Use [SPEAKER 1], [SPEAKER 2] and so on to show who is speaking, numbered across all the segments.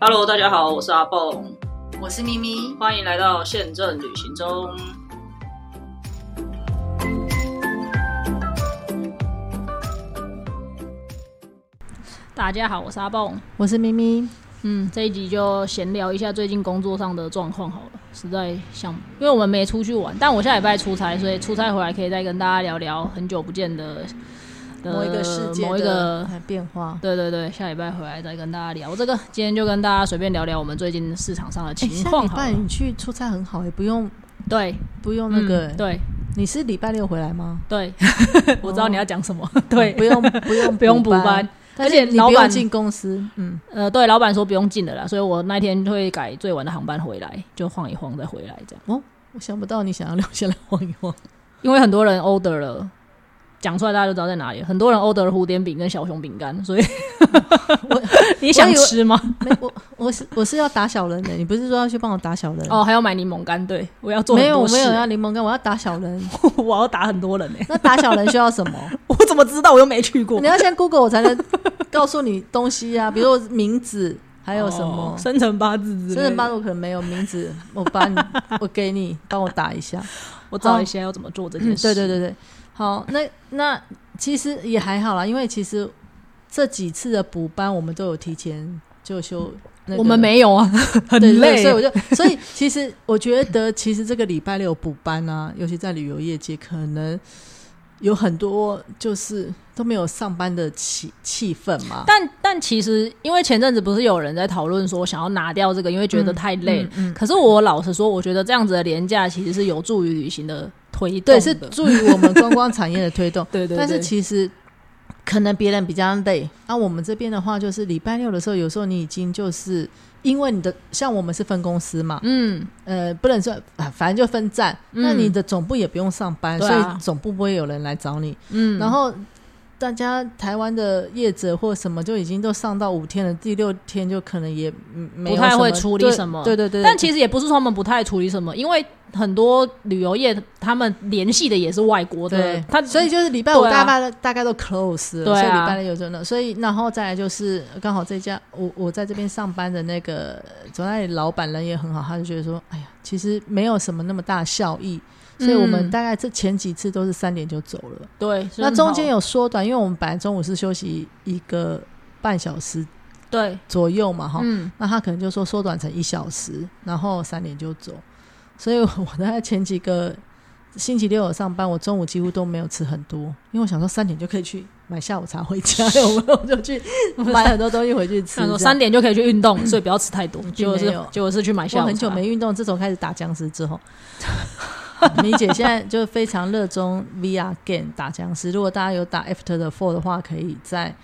[SPEAKER 1] Hello，大家好，我是阿蹦，
[SPEAKER 2] 我是咪咪，
[SPEAKER 1] 欢迎来到宪政旅行中。大家好，我是阿蹦。
[SPEAKER 2] 我是咪咪。
[SPEAKER 1] 嗯，这一集就闲聊一下最近工作上的状况好了。实在想，因为我们没出去玩，但我下礼拜出差，所以出差回来可以再跟大家聊聊很久不见的的
[SPEAKER 2] 某一个世界
[SPEAKER 1] 呃某一个
[SPEAKER 2] 的哎变化，
[SPEAKER 1] 对对对，下礼拜回来再跟大家聊这个。今天就跟大家随便聊聊我们最近市场上的
[SPEAKER 2] 哎
[SPEAKER 1] 情况哦
[SPEAKER 2] 下
[SPEAKER 1] 好
[SPEAKER 2] 礼
[SPEAKER 1] 了、
[SPEAKER 2] 拜你去出差很好哎、不用
[SPEAKER 1] 对，
[SPEAKER 2] 不用那个、
[SPEAKER 1] 嗯对
[SPEAKER 2] 你是礼拜六回来吗？ 嗯
[SPEAKER 1] 对，我知道你要讲什么。 对，
[SPEAKER 2] 哦不用不用
[SPEAKER 1] 不用补
[SPEAKER 2] 班，
[SPEAKER 1] 班，
[SPEAKER 2] 但是
[SPEAKER 1] 而且
[SPEAKER 2] 你
[SPEAKER 1] 老
[SPEAKER 2] 不用
[SPEAKER 1] 板
[SPEAKER 2] 进公司，嗯，
[SPEAKER 1] 呃，对，老板说不用进的啦，所以我那天会改最晚的航班回来，就晃一晃再回来这样。
[SPEAKER 2] 我想不到你想要留下来晃一 晃，
[SPEAKER 1] 因为很多人 order 了，讲出来大家就知道在哪里。很多人 order 了蝴蝶饼跟小熊饼 干，所以你想吃吗？
[SPEAKER 2] 没我我是我是要打小人的、你不是说要去帮我打小人？
[SPEAKER 1] 哦，还要买柠檬干，对我要做
[SPEAKER 2] 没
[SPEAKER 1] 很
[SPEAKER 2] 有
[SPEAKER 1] 多
[SPEAKER 2] 我
[SPEAKER 1] 事
[SPEAKER 2] 没有啊要柠檬干，我要打小人。
[SPEAKER 1] 我要打很多人呢、欸
[SPEAKER 2] 那打小人需要什么？
[SPEAKER 1] 我怎么知 道？我又没去过
[SPEAKER 2] 你。要先 Google 我才能告诉你东西啊，比如说名字，还有什么
[SPEAKER 1] 哦？生辰八字之类的？
[SPEAKER 2] 生辰八字我可能没有名 字，我帮你，我给你，帮我打一下。
[SPEAKER 1] 我找一下要怎么做这件
[SPEAKER 2] 嗯，
[SPEAKER 1] 事。
[SPEAKER 2] 对对对对，好，那那其实也还好啦，因为其实这几次的补班我们都有提前就休、那个
[SPEAKER 1] 我们没 有啊，很
[SPEAKER 2] 对对对
[SPEAKER 1] 累。
[SPEAKER 2] 所以我就所以其实我觉得其实这个礼拜六补班啊， 尤其在旅游业界，可能有很多就是都没有上班的气气氛嘛。
[SPEAKER 1] 但但其实，因为前阵子不是有人在讨论说想要拿掉这个，因为觉得太累。
[SPEAKER 2] 嗯嗯
[SPEAKER 1] 可是我老实说，我觉得这样子的廉价其实是有助于旅行的推动
[SPEAKER 2] 对，
[SPEAKER 1] 的。
[SPEAKER 2] 是助于我们观光产业的推动。
[SPEAKER 1] 对对对
[SPEAKER 2] 但是其实可能别人比较累，那、我们这边的话，就是礼拜六的时候，有时候你已经就是因为你的像我们是分公司嘛，
[SPEAKER 1] 嗯，
[SPEAKER 2] 呃，不能说啊，反正就分站，
[SPEAKER 1] 嗯
[SPEAKER 2] 那你的总部也不用上班，
[SPEAKER 1] 对
[SPEAKER 2] 所
[SPEAKER 1] 啊
[SPEAKER 2] 以总部不会有人来找你。
[SPEAKER 1] 嗯
[SPEAKER 2] 然后大家台湾的业者或什么就已经都上到五天了，第六天就可能也嗯没有
[SPEAKER 1] 不太
[SPEAKER 2] 什
[SPEAKER 1] 会
[SPEAKER 2] 么
[SPEAKER 1] 处理
[SPEAKER 2] 对
[SPEAKER 1] 什么
[SPEAKER 2] 对对对，
[SPEAKER 1] 但其实也不是说他们不太处理什么，因为很多旅游业他们联系的也是外国的
[SPEAKER 2] 对，，
[SPEAKER 1] 他
[SPEAKER 2] 所以就是礼拜五
[SPEAKER 1] 对啊
[SPEAKER 2] 大概、大概都 close，了
[SPEAKER 1] 对啊
[SPEAKER 2] 所以礼拜六有时候呢，所以然后再来就是刚好这家我我在这边上班的那个总代理老板人也很好，他就觉得说，哎呀，其实没有什么那么大效益，所以我们
[SPEAKER 1] 嗯
[SPEAKER 2] 大概这前几次都是三点就走了，
[SPEAKER 1] 对，
[SPEAKER 2] 那中间
[SPEAKER 1] 有
[SPEAKER 2] 有缩短，因为我们本来中午是休息一个半小时
[SPEAKER 1] 对，
[SPEAKER 2] 左右嘛，哈、
[SPEAKER 1] 嗯，
[SPEAKER 2] 那他可能就说缩短成一小时，然后三点就走。所以我我大概前几个星期六有上班，我中午几乎都没有吃很多，因为我想说三点就可以去买下午茶回家，有没有？我就去买很多东西回去 吃。
[SPEAKER 1] 他
[SPEAKER 2] 这
[SPEAKER 1] 说
[SPEAKER 2] 样
[SPEAKER 1] 三点就可以去运
[SPEAKER 2] 嗯
[SPEAKER 1] 动，所以不要吃太多。结果是
[SPEAKER 2] 没有
[SPEAKER 1] 结果是去买下午
[SPEAKER 2] 我
[SPEAKER 1] 茶
[SPEAKER 2] 很久没运动，自从开始打僵尸之后， 米姐现在就非常热衷 VR game 打僵尸。如果大家有打 After the Four 的话，可以在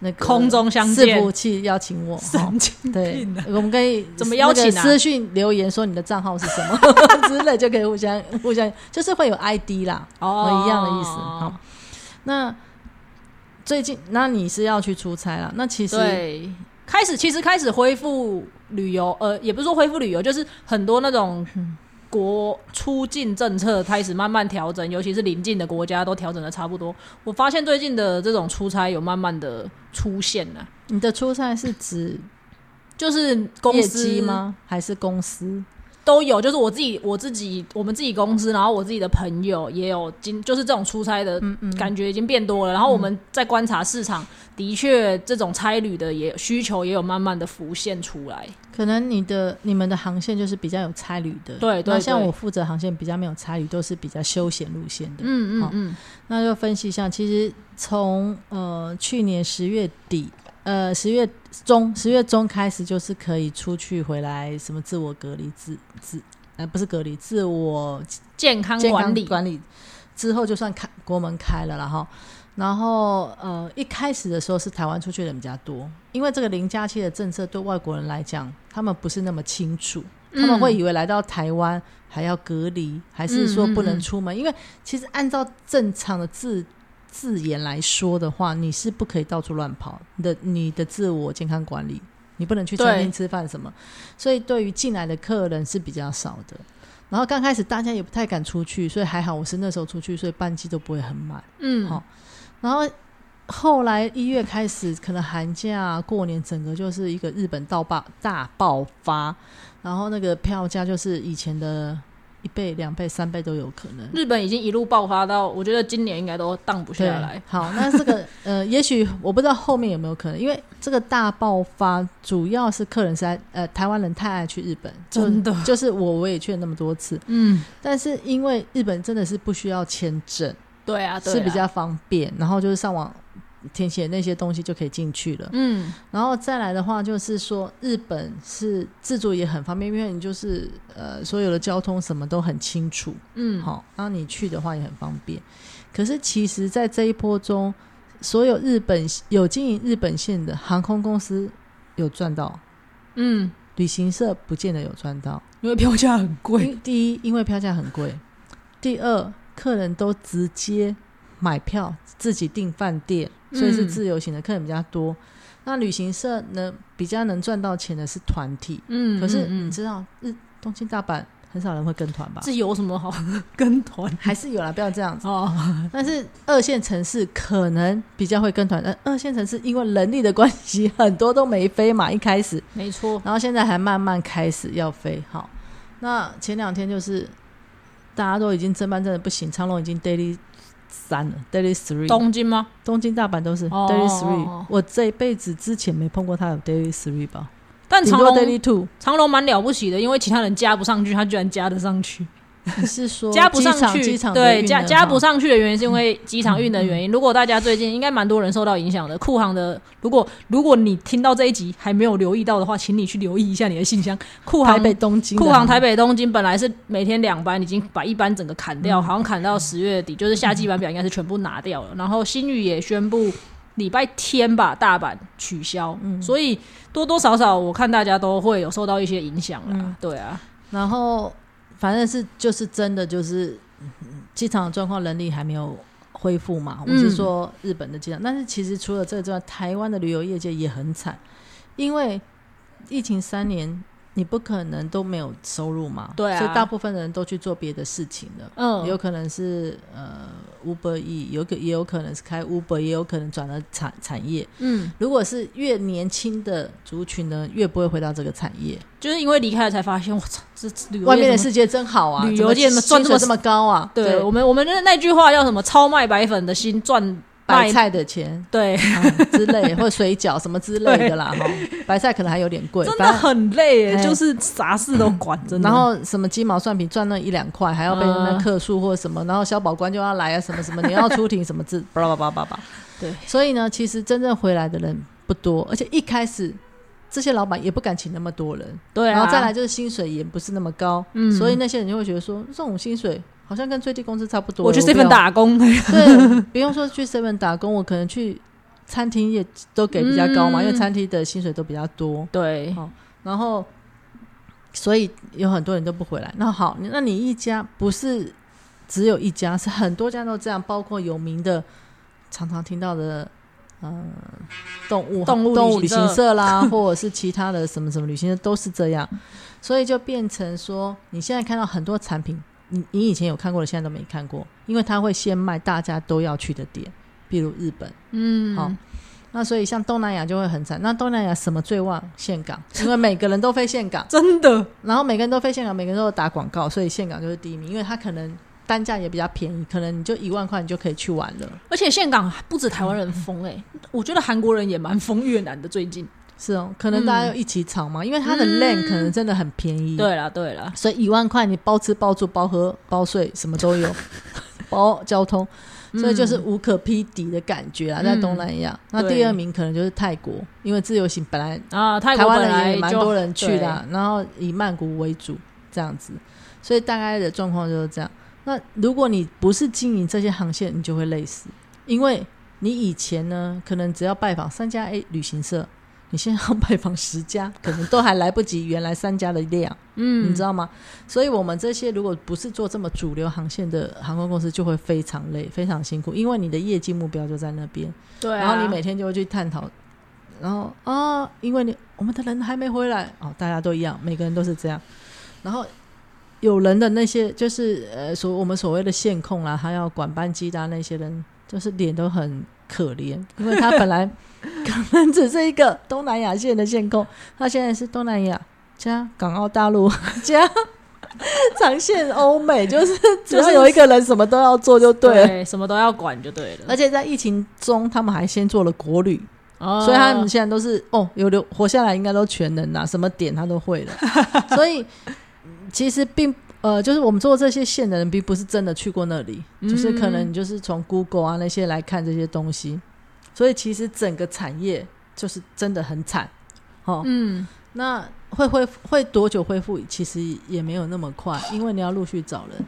[SPEAKER 2] 那个
[SPEAKER 1] 空中相见
[SPEAKER 2] 伺服器邀请我。哈
[SPEAKER 1] 神经
[SPEAKER 2] 对
[SPEAKER 1] 病啊，
[SPEAKER 2] 我们可以
[SPEAKER 1] 怎么邀请啊
[SPEAKER 2] 那个私讯留言说你的账号是什么 之类，就可以互相互相，就是会有 ID 啦。
[SPEAKER 1] 哦，
[SPEAKER 2] 一样的意思好那最近，那你是要去出差啦？那其实
[SPEAKER 1] 对，开始其实开始恢复旅游，呃，也不是说恢复旅游，就是很多那种国出境政策开始慢慢调整，尤其是邻近的国家都调整的差不多。我发现最近的这种出差有慢慢的出现了、
[SPEAKER 2] 你的出差是指
[SPEAKER 1] 就是公
[SPEAKER 2] 业
[SPEAKER 1] 司
[SPEAKER 2] 绩？吗？还是公司？
[SPEAKER 1] 都有，就是我自己，我自己，我们自己公司，然后我自己的朋友也有经，就是这种出差的
[SPEAKER 2] 嗯
[SPEAKER 1] 感觉已经变多了。然后我们在观察市场，的确这种差旅的也需求也有慢慢的浮现出来。
[SPEAKER 2] 可能你的你们的航线就是比较有差旅的，
[SPEAKER 1] 对对
[SPEAKER 2] 那像
[SPEAKER 1] 对
[SPEAKER 2] 我负责航线比较没有差旅，都是比较休闲路线的。
[SPEAKER 1] 嗯嗯
[SPEAKER 2] 好
[SPEAKER 1] 嗯，
[SPEAKER 2] 那就分析一下，其实从呃去年十月底，呃十月中十月中开始，就是可以出去回来，什么自我隔离、自自呃不是隔离，自我
[SPEAKER 1] 健康
[SPEAKER 2] 健
[SPEAKER 1] 管
[SPEAKER 2] 康
[SPEAKER 1] 理，
[SPEAKER 2] 管理之后，就算开国门开了啦，然后。然后，呃，一开始的时候是台湾出去的人比较多，因为这个零加七的政策对外国人来讲，他们不是那么清楚，他们
[SPEAKER 1] 嗯
[SPEAKER 2] 会以为来到台湾还要隔离，还是说不能出门？因为其实按照正常的字字眼来说的话，你是不可以到处乱跑，你的你的自我健康管理，你不能去餐厅
[SPEAKER 1] 对
[SPEAKER 2] 吃饭什么，所以对于进来的客人是比较少的。然后刚开始大家也不太敢出去，所以还好我是那时候出去，所以班机都不会很满。
[SPEAKER 1] 嗯
[SPEAKER 2] 好然后后来一月开始，可能寒假、过年，整个就是一个日本大爆大爆发，然后那个票价就是以前的一倍、两倍、三倍都有可能。
[SPEAKER 1] 日本已经一路爆发到，我觉得今年应该都荡不下
[SPEAKER 2] 对，
[SPEAKER 1] 来。
[SPEAKER 2] 好，那这 个呃，也许我不知道后面有没有可能，因为这个大爆发主要是客人实在呃，台湾人太爱去日本，就
[SPEAKER 1] 真的
[SPEAKER 2] 就是我我也去了那么多次，
[SPEAKER 1] 嗯，
[SPEAKER 2] 但是因为日本真的是不需要签证，
[SPEAKER 1] 对啊，对啊
[SPEAKER 2] 是比较方便，然后就是上网填写那些东西就可以进去了。
[SPEAKER 1] 嗯，
[SPEAKER 2] 然后再来的话，就是说日本是自助也很方便，因为你就是呃所有的交通什么都很清楚，
[SPEAKER 1] 嗯
[SPEAKER 2] 好、然后你去的话也很方便。可是其实，在这一波中，所有日本有经营日本线的航空公司有赚到，
[SPEAKER 1] 嗯，
[SPEAKER 2] 旅行社不见得有赚到。
[SPEAKER 1] 因为票价很
[SPEAKER 2] 因
[SPEAKER 1] 贵，
[SPEAKER 2] 为第一，因为票价很贵；第二，客人都直接买票自己订饭店，所以是
[SPEAKER 1] 嗯
[SPEAKER 2] 自由行的客人比较多。那旅行社呢，比较能赚到钱的是团体，
[SPEAKER 1] 嗯，
[SPEAKER 2] 可是
[SPEAKER 1] 嗯
[SPEAKER 2] 你知道，日东京、大阪很少人会跟团吧？
[SPEAKER 1] 这有什么好跟团
[SPEAKER 2] 还是有啦，不要这样子。
[SPEAKER 1] 哦？
[SPEAKER 2] 但是二线城市可能比较会跟团，但二线城市因为人力的关系，很多都没飞嘛，一开始，
[SPEAKER 1] 没错，
[SPEAKER 2] 然后现在还慢慢开始要飞。好，那前两天就是大家都已经真班真的不行，长龙已经 daily 三了，daily three，
[SPEAKER 1] 东京吗？
[SPEAKER 2] 东京、大阪都是
[SPEAKER 1] 哦
[SPEAKER 2] daily three。
[SPEAKER 1] 哦
[SPEAKER 2] 我这一辈子之前没碰过他有 daily three 吧，
[SPEAKER 1] 但
[SPEAKER 2] 顶
[SPEAKER 1] 长
[SPEAKER 2] 多
[SPEAKER 1] 隆
[SPEAKER 2] daily two。
[SPEAKER 1] 长隆蛮了不起的，因为其他人加不上去，他居然加得上去，
[SPEAKER 2] 你是 说
[SPEAKER 1] 加不上
[SPEAKER 2] 机场
[SPEAKER 1] 去，
[SPEAKER 2] 机场的嗯
[SPEAKER 1] 对
[SPEAKER 2] 运
[SPEAKER 1] 加
[SPEAKER 2] 能
[SPEAKER 1] 加
[SPEAKER 2] 吗
[SPEAKER 1] 不上去的原因是因为机场运的原因。如果大家最近应该蛮多人受到影响的，库航的，如果如果你听到这一集还没有留意到的话，请你去留意一下你的信箱，库
[SPEAKER 2] 哦台
[SPEAKER 1] 航
[SPEAKER 2] 北、东京的啊
[SPEAKER 1] 库
[SPEAKER 2] 吗
[SPEAKER 1] 航台北、东京本来是每天两班，已经把一班整个砍
[SPEAKER 2] 嗯
[SPEAKER 1] 掉，好像砍到十月底，就是夏季班表应该是全部拿掉了。然后新宇也宣布礼拜天吧，大阪取消，
[SPEAKER 2] 嗯
[SPEAKER 1] 所以多多少少我看大家都会有受到一些影响啦。
[SPEAKER 2] 嗯
[SPEAKER 1] 对啊，
[SPEAKER 2] 然后反正是就是真的就是嗯机场的状况，人力还没有恢复嘛。我
[SPEAKER 1] 嗯
[SPEAKER 2] 是说日本的机场，但是其实除了这个之外，台湾的旅游业界也很惨，因为疫情三年，你不可能都没有收入嘛，
[SPEAKER 1] 对啊
[SPEAKER 2] 所以大部分人都去做别的事情了。
[SPEAKER 1] 嗯，
[SPEAKER 2] 有可能是呃 Uber E，有可也有可能是开 Uber，也有可能转了产产业。
[SPEAKER 1] 嗯，
[SPEAKER 2] 如果是越年轻的族群呢，越不会回到这个产业。
[SPEAKER 1] 就是因为离开了才发现，我操，这这旅游业
[SPEAKER 2] 外面的
[SPEAKER 1] 怎么
[SPEAKER 2] 世界真好啊，
[SPEAKER 1] 旅游界
[SPEAKER 2] 怎么
[SPEAKER 1] 赚这么
[SPEAKER 2] 薪水这么高啊？
[SPEAKER 1] 对我们我们那那句话叫什么？超卖白粉的心赚
[SPEAKER 2] 白
[SPEAKER 1] 卖
[SPEAKER 2] 菜的钱、
[SPEAKER 1] 对，
[SPEAKER 2] 啊、之 类，或者水饺什么之类的啦，哈，白菜可能还有点贵，
[SPEAKER 1] 真的
[SPEAKER 2] 反正
[SPEAKER 1] 很累耶，
[SPEAKER 2] 哎
[SPEAKER 1] 就是啥事都管，真
[SPEAKER 2] 嗯
[SPEAKER 1] 的。
[SPEAKER 2] 然后什么鸡毛蒜皮赚那一两块，还要被那
[SPEAKER 1] 嗯
[SPEAKER 2] 客诉或什么，然后消保官就要来啊，什么什么，你要出庭什么之， 巴拉巴拉巴拉巴拉。
[SPEAKER 1] 对，
[SPEAKER 2] 所以呢，其实真正回来的人不多，而且一开始这些老板也不敢请那么多人，
[SPEAKER 1] 对啊，
[SPEAKER 2] 然后再来就是薪水也不是那么高，
[SPEAKER 1] 嗯
[SPEAKER 2] 所以那些人就会觉得说，这种薪水好像跟最低工资差不多，
[SPEAKER 1] 我去
[SPEAKER 2] 这
[SPEAKER 1] seven
[SPEAKER 2] 份
[SPEAKER 1] 打 工，
[SPEAKER 2] 对，不用说去 seven 打工，我可能去餐厅也都给比较高嘛，
[SPEAKER 1] 嗯
[SPEAKER 2] 因为餐厅的薪水都比较多。
[SPEAKER 1] 对
[SPEAKER 2] 然后，所以有很多人都不回来。那好，你那你一家不是只有一家，是很多家都这样，包括有名的常常听到的。呃，动物
[SPEAKER 1] 动物
[SPEAKER 2] 动物
[SPEAKER 1] 旅
[SPEAKER 2] 旅
[SPEAKER 1] 行社
[SPEAKER 2] 行社 啦，或者是其他的什么什么旅行社都是这样，所以就变成说，你现在看到很多产品，你你以前有看过的，现在都没看过，因为它会先卖大家都要去的点，比如日本，
[SPEAKER 1] 嗯，
[SPEAKER 2] 好那所以像东南亚就会很惨。那东南亚什么最旺？岘港，因为每个人都飞岘港，
[SPEAKER 1] 真的，
[SPEAKER 2] 然后每个人都飞岘港，每个人都有打广告，所以岘港就是第一名，因为它可能单价也比较便宜，可能你就一万块你就可以去玩了。
[SPEAKER 1] 而且岘港不止台湾人疯哎、我觉得韩国人也蛮疯越南的最近。
[SPEAKER 2] 是哦，可
[SPEAKER 1] 嗯
[SPEAKER 2] 能大家要一起炒嘛，因为它的 land 可能真的很便宜，，
[SPEAKER 1] 对啦，对啦，
[SPEAKER 2] 所以一万块你包吃包住包喝包睡什么都 有，包交通，所以就是无可匹敌的感觉啊啦，在
[SPEAKER 1] 嗯
[SPEAKER 2] 东南亚。那
[SPEAKER 1] 对
[SPEAKER 2] 第二名可能就是泰国，因为自由行本来
[SPEAKER 1] 啊，泰
[SPEAKER 2] 台
[SPEAKER 1] 国
[SPEAKER 2] 湾
[SPEAKER 1] 本
[SPEAKER 2] 人
[SPEAKER 1] 来
[SPEAKER 2] 也蛮
[SPEAKER 1] 就
[SPEAKER 2] 多人去的啊、然后以曼谷为主这样子，所以大概的状况就是这样。那如果你不是经营这些航线，你就会累死，因为你以前呢，可能只要拜访三家 A 旅行社，你现在要拜访十家， 可能都还来不及原来三家的量，
[SPEAKER 1] 嗯，
[SPEAKER 2] 你知道吗？所以我们这些如果不是做这么主流航线的航空公司，就会非常累、非常辛苦，因为你的业绩目标就在那边。
[SPEAKER 1] 对啊，
[SPEAKER 2] 然后你每天就会去探讨，然后啊，因为你我们的人还没回来哦，大家都一样，每个人都是这样。然后有人的那些就是呃所我们所谓的线控啦，还要管班机的啊那些人，就是脸都很可 怜，因为他本来可能只是一个东南亚线的线控，他现在是东南亚加港澳大陆加长线欧美，就是只
[SPEAKER 1] 就
[SPEAKER 2] 要
[SPEAKER 1] 是
[SPEAKER 2] 有一个人什么都要做就对了。
[SPEAKER 1] 对，什么都要管就对了
[SPEAKER 2] 而。且在疫情中，他们还先做了国旅，
[SPEAKER 1] 哦
[SPEAKER 2] 所以他们现在都是哦，有留活下来应该都全能啦，什么点他都会了。所以嗯其实并呃，就是我们做这些线的人，并不是真的去过那里，就是可能你就是从 Google 啊那些来看这些东西。所以其实整个产业就是真的很惨，哦，
[SPEAKER 1] 嗯，
[SPEAKER 2] 那会恢复会多久恢复？其实也没有那么快，因为你要陆续找人。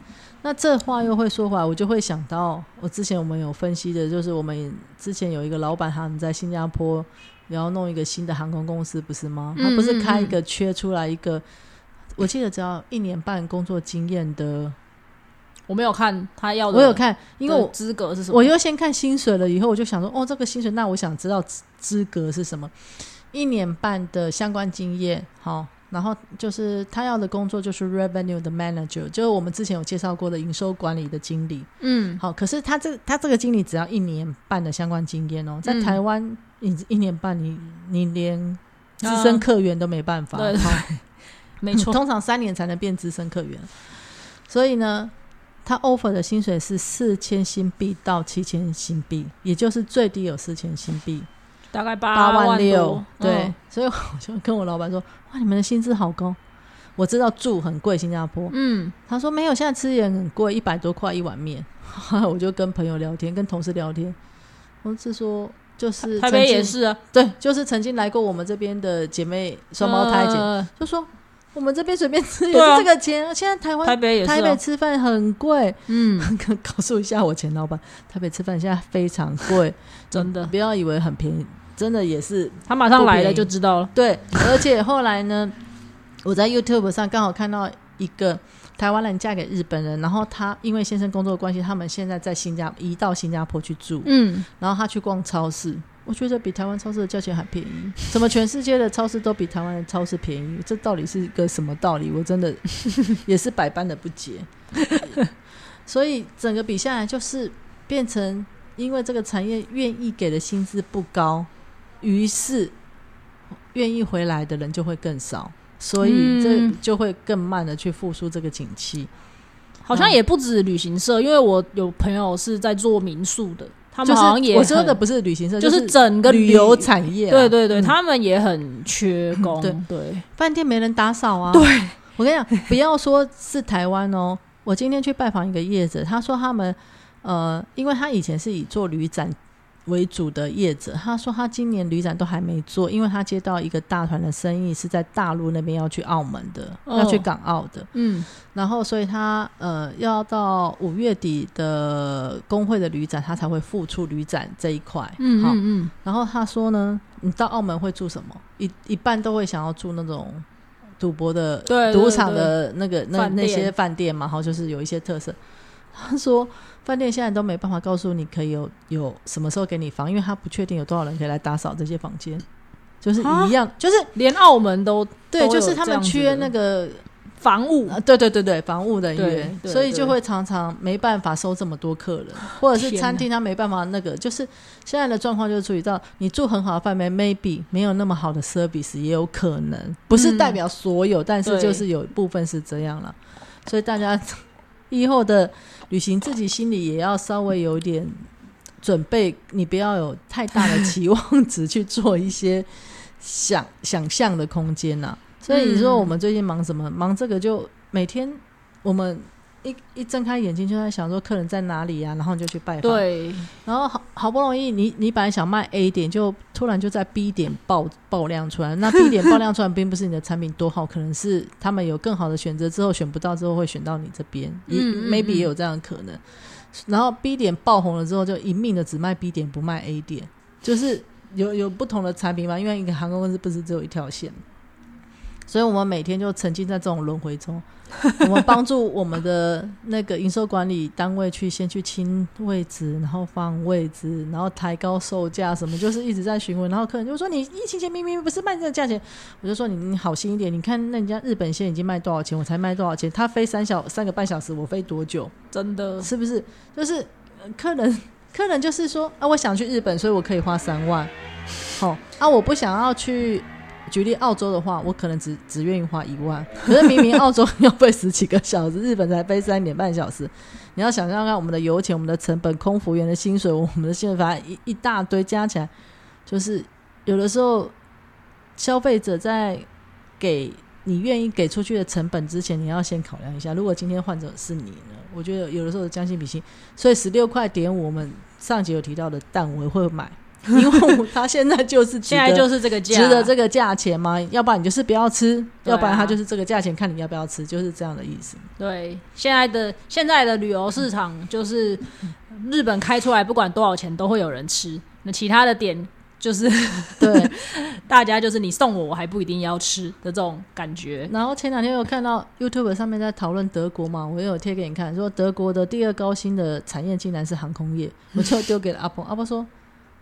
[SPEAKER 2] 那这话又会说回来，我就会想到我之前我们有分析的，就是我们之前有一个老板，他们在新加坡也要弄一个新的航空公司，不是吗？
[SPEAKER 1] 嗯
[SPEAKER 2] 他不是开一个缺出来一个，我记得只要一年半工作经验的，
[SPEAKER 1] 我没有看他要的，
[SPEAKER 2] 我有，看，因为我
[SPEAKER 1] 资格是什么？
[SPEAKER 2] 我又先看薪水了，以后我就想说，哦，这个薪水，那我想知道资资格是什么，一年半的相关经验，好，然后就是他要的工作就是 revenue 的 manager，就是我们之前有介绍过的营收管理的经理，
[SPEAKER 1] 嗯，
[SPEAKER 2] 好，可是他这他这个经理只要一年半的相关经验哦，在
[SPEAKER 1] 嗯
[SPEAKER 2] 台湾你一年半你你连资深客嗯员都没办法，
[SPEAKER 1] 啊对对
[SPEAKER 2] 好
[SPEAKER 1] 啊没错，
[SPEAKER 2] 通常三年才能变资深客源。所以呢，他 offer 的薪水是四千新币到七千新币，也就是最低有四千新币，
[SPEAKER 1] 大概
[SPEAKER 2] 八
[SPEAKER 1] 八
[SPEAKER 2] 万六
[SPEAKER 1] 多。
[SPEAKER 2] 对，
[SPEAKER 1] 嗯
[SPEAKER 2] 所以我就跟我老板说：“哇，你们的薪资好高！我知道住很贵，新加坡。
[SPEAKER 1] 嗯，
[SPEAKER 2] 他说：“没有，现在吃也很贵，一百多块一碗面。” 我就跟朋友聊天，跟同事聊天，我是说。就是
[SPEAKER 1] 台北
[SPEAKER 2] 曾经
[SPEAKER 1] 也是啊，
[SPEAKER 2] 对，就是曾经来过我们这边的姐妹双胞胎姐妹
[SPEAKER 1] 呃
[SPEAKER 2] 就说我们这边随便吃也
[SPEAKER 1] 对啊
[SPEAKER 2] 是这个钱，现在台湾
[SPEAKER 1] 台北也是啊，
[SPEAKER 2] 台北吃饭很贵。
[SPEAKER 1] 嗯，
[SPEAKER 2] 告诉一下我前老板，台北吃饭现在非常贵，
[SPEAKER 1] 真的，
[SPEAKER 2] 不要以为很便宜，真的也是
[SPEAKER 1] 他马上来
[SPEAKER 2] 不便
[SPEAKER 1] 了
[SPEAKER 2] 宜
[SPEAKER 1] 就知道了。
[SPEAKER 2] 对。而且后来呢， 我在 YouTube 上刚好看到一个台湾人嫁给日本人，然后他因为先生工作的关系，他们现在在新加移到新加坡去住，
[SPEAKER 1] 嗯，
[SPEAKER 2] 然后他去逛超市。我觉得比台湾超市的价钱还便宜，怎么全世界的超市都比台湾的超市便宜？这到底是一个什么道理？我真的 也是百般的不解。 所以整个比下来，就是变成因为这个产业愿意给的薪资不高，于是愿意回来的人就会更少，所以这
[SPEAKER 1] 嗯
[SPEAKER 2] 就会更慢的去复苏这个景气。
[SPEAKER 1] 好像也不止旅行社，因为我有朋友是在做民宿的，他
[SPEAKER 2] 就
[SPEAKER 1] 们
[SPEAKER 2] 是
[SPEAKER 1] 好像也
[SPEAKER 2] 我说
[SPEAKER 1] 很
[SPEAKER 2] 的不是旅行社，
[SPEAKER 1] 就
[SPEAKER 2] 就是
[SPEAKER 1] 整个
[SPEAKER 2] 旅游产业啊，
[SPEAKER 1] 对对对，
[SPEAKER 2] 嗯
[SPEAKER 1] 他们也很缺工，
[SPEAKER 2] 对
[SPEAKER 1] 对，
[SPEAKER 2] 饭店没人打扫啊。对，我跟你讲，不要说是台湾哦，我今天去拜访一个业者，他说他们呃，因为他以前是以做旅展为主的业者，他说他今年旅展都还没做，因为他接到一个大团的生意是在大陆那边要去澳门的，
[SPEAKER 1] 哦
[SPEAKER 2] 要去港澳的，
[SPEAKER 1] 嗯
[SPEAKER 2] 然后所以他呃要到五月底的工会的旅展，他才会付出旅展这一块。
[SPEAKER 1] 嗯
[SPEAKER 2] 好。
[SPEAKER 1] 嗯嗯，
[SPEAKER 2] 然后他说呢，你到澳门会住什么？一一半都会想要住那种赌博的、
[SPEAKER 1] 对对
[SPEAKER 2] 赌场的那个那
[SPEAKER 1] 饭
[SPEAKER 2] 那
[SPEAKER 1] 店
[SPEAKER 2] 些饭店嘛，然后就是有一些特色。他说饭店现在都没办法告诉你可以有有什么时候给你房，因为他不确定有多少人可以来打扫这些房间，就是
[SPEAKER 1] 啊
[SPEAKER 2] 一样，就是
[SPEAKER 1] 连澳门都
[SPEAKER 2] 对，
[SPEAKER 1] 都有
[SPEAKER 2] 就是他
[SPEAKER 1] 这
[SPEAKER 2] 们
[SPEAKER 1] 样子
[SPEAKER 2] 缺
[SPEAKER 1] 的
[SPEAKER 2] 那个
[SPEAKER 1] 房务，
[SPEAKER 2] 呃，对对对对，房务人员，
[SPEAKER 1] 对对
[SPEAKER 2] 所以就
[SPEAKER 1] 对
[SPEAKER 2] 会常常没办法收这么多客人，或者是
[SPEAKER 1] 天
[SPEAKER 2] 餐
[SPEAKER 1] 哪
[SPEAKER 2] 厅他没办法那个，就是现在的状况就是处理到你住很好的饭店，maybe 没有那么好的 service 也有可能，不是代
[SPEAKER 1] 嗯
[SPEAKER 2] 表所有，但是
[SPEAKER 1] 对
[SPEAKER 2] 就是有一部分是这样了，所以大家 以后的旅行自己心里也要稍微有一点准备，你不要有太大的期望值去做一些 想想象的空间呐、所以你说
[SPEAKER 1] 嗯
[SPEAKER 2] 我们最近忙什么？忙这个就每天我们一一睁开眼睛就在想说客人在哪里啊，然后你就去拜访。，
[SPEAKER 1] 对，
[SPEAKER 2] 然后好好不容易你你本来想卖 A 点，就突然就在 B 点爆爆量出来。那 B 点爆量出来，并不是你的产品多好，可能是他们有更好的选择之后选不到之后会选到你这边，也、
[SPEAKER 1] 嗯嗯
[SPEAKER 2] maybe
[SPEAKER 1] 嗯
[SPEAKER 2] 也有这样的可能。然后 B 点爆红了之后，就一命的只卖 B 点不卖 A 点，就是有有不同的产品嘛，因为一个航空公司不是只有一条线，所以我们每天就沉浸在这种轮回中。 我们帮助我们的那个营收管理单位去先去清位置，然后放位置，然后抬高售价什么，就是一直在询问。然后客人就说：“你疫情前明明不是卖这个价钱。”我就说你：“你好心一点，你看那人家日本线已经卖多少钱，我才卖多少钱？他飞三小三个半小时，我飞多久？
[SPEAKER 1] 真的
[SPEAKER 2] 是不是？就是呃客人 客人就是说啊，我想去日本，所以我可以花三万。好、啊，我不想要去。举例澳洲的话，我可能只只愿意花一万，可是明明澳洲 要飞十几个小时，日本才飞三点半小时。你要想象看我们的油钱、我们的成本、空服员的薪水、我们的宪法一一大堆加起来，就是有的时候消费者在给你愿意给出去的成本之前，你要先考量一下，如果今天患者是你呢？我觉得有的时候将心比心，所以十六块点五，我们上集有提到的蛋我也会买， 因为它现在就是值
[SPEAKER 1] 现在
[SPEAKER 2] 得
[SPEAKER 1] 就是这个价，
[SPEAKER 2] 值得这个价钱吗？要不然你就是不要吃，
[SPEAKER 1] 对
[SPEAKER 2] 要
[SPEAKER 1] 啊
[SPEAKER 2] 不然它就是这个价钱，看你要不要吃，就是这样的意思。
[SPEAKER 1] 对，现在的现在的旅游市场就是日本开出来，不管多少钱都会有人吃。那其他的点就是
[SPEAKER 2] 对，
[SPEAKER 1] 大家就是你送我，我还不一定要吃的这种感觉。
[SPEAKER 2] 然后前两天有看到 YouTube 上面在讨论德国嘛，我也有贴给你看，说德国的第二高薪的产业竟然是航空业，我就丢给了阿鹏，阿鹏说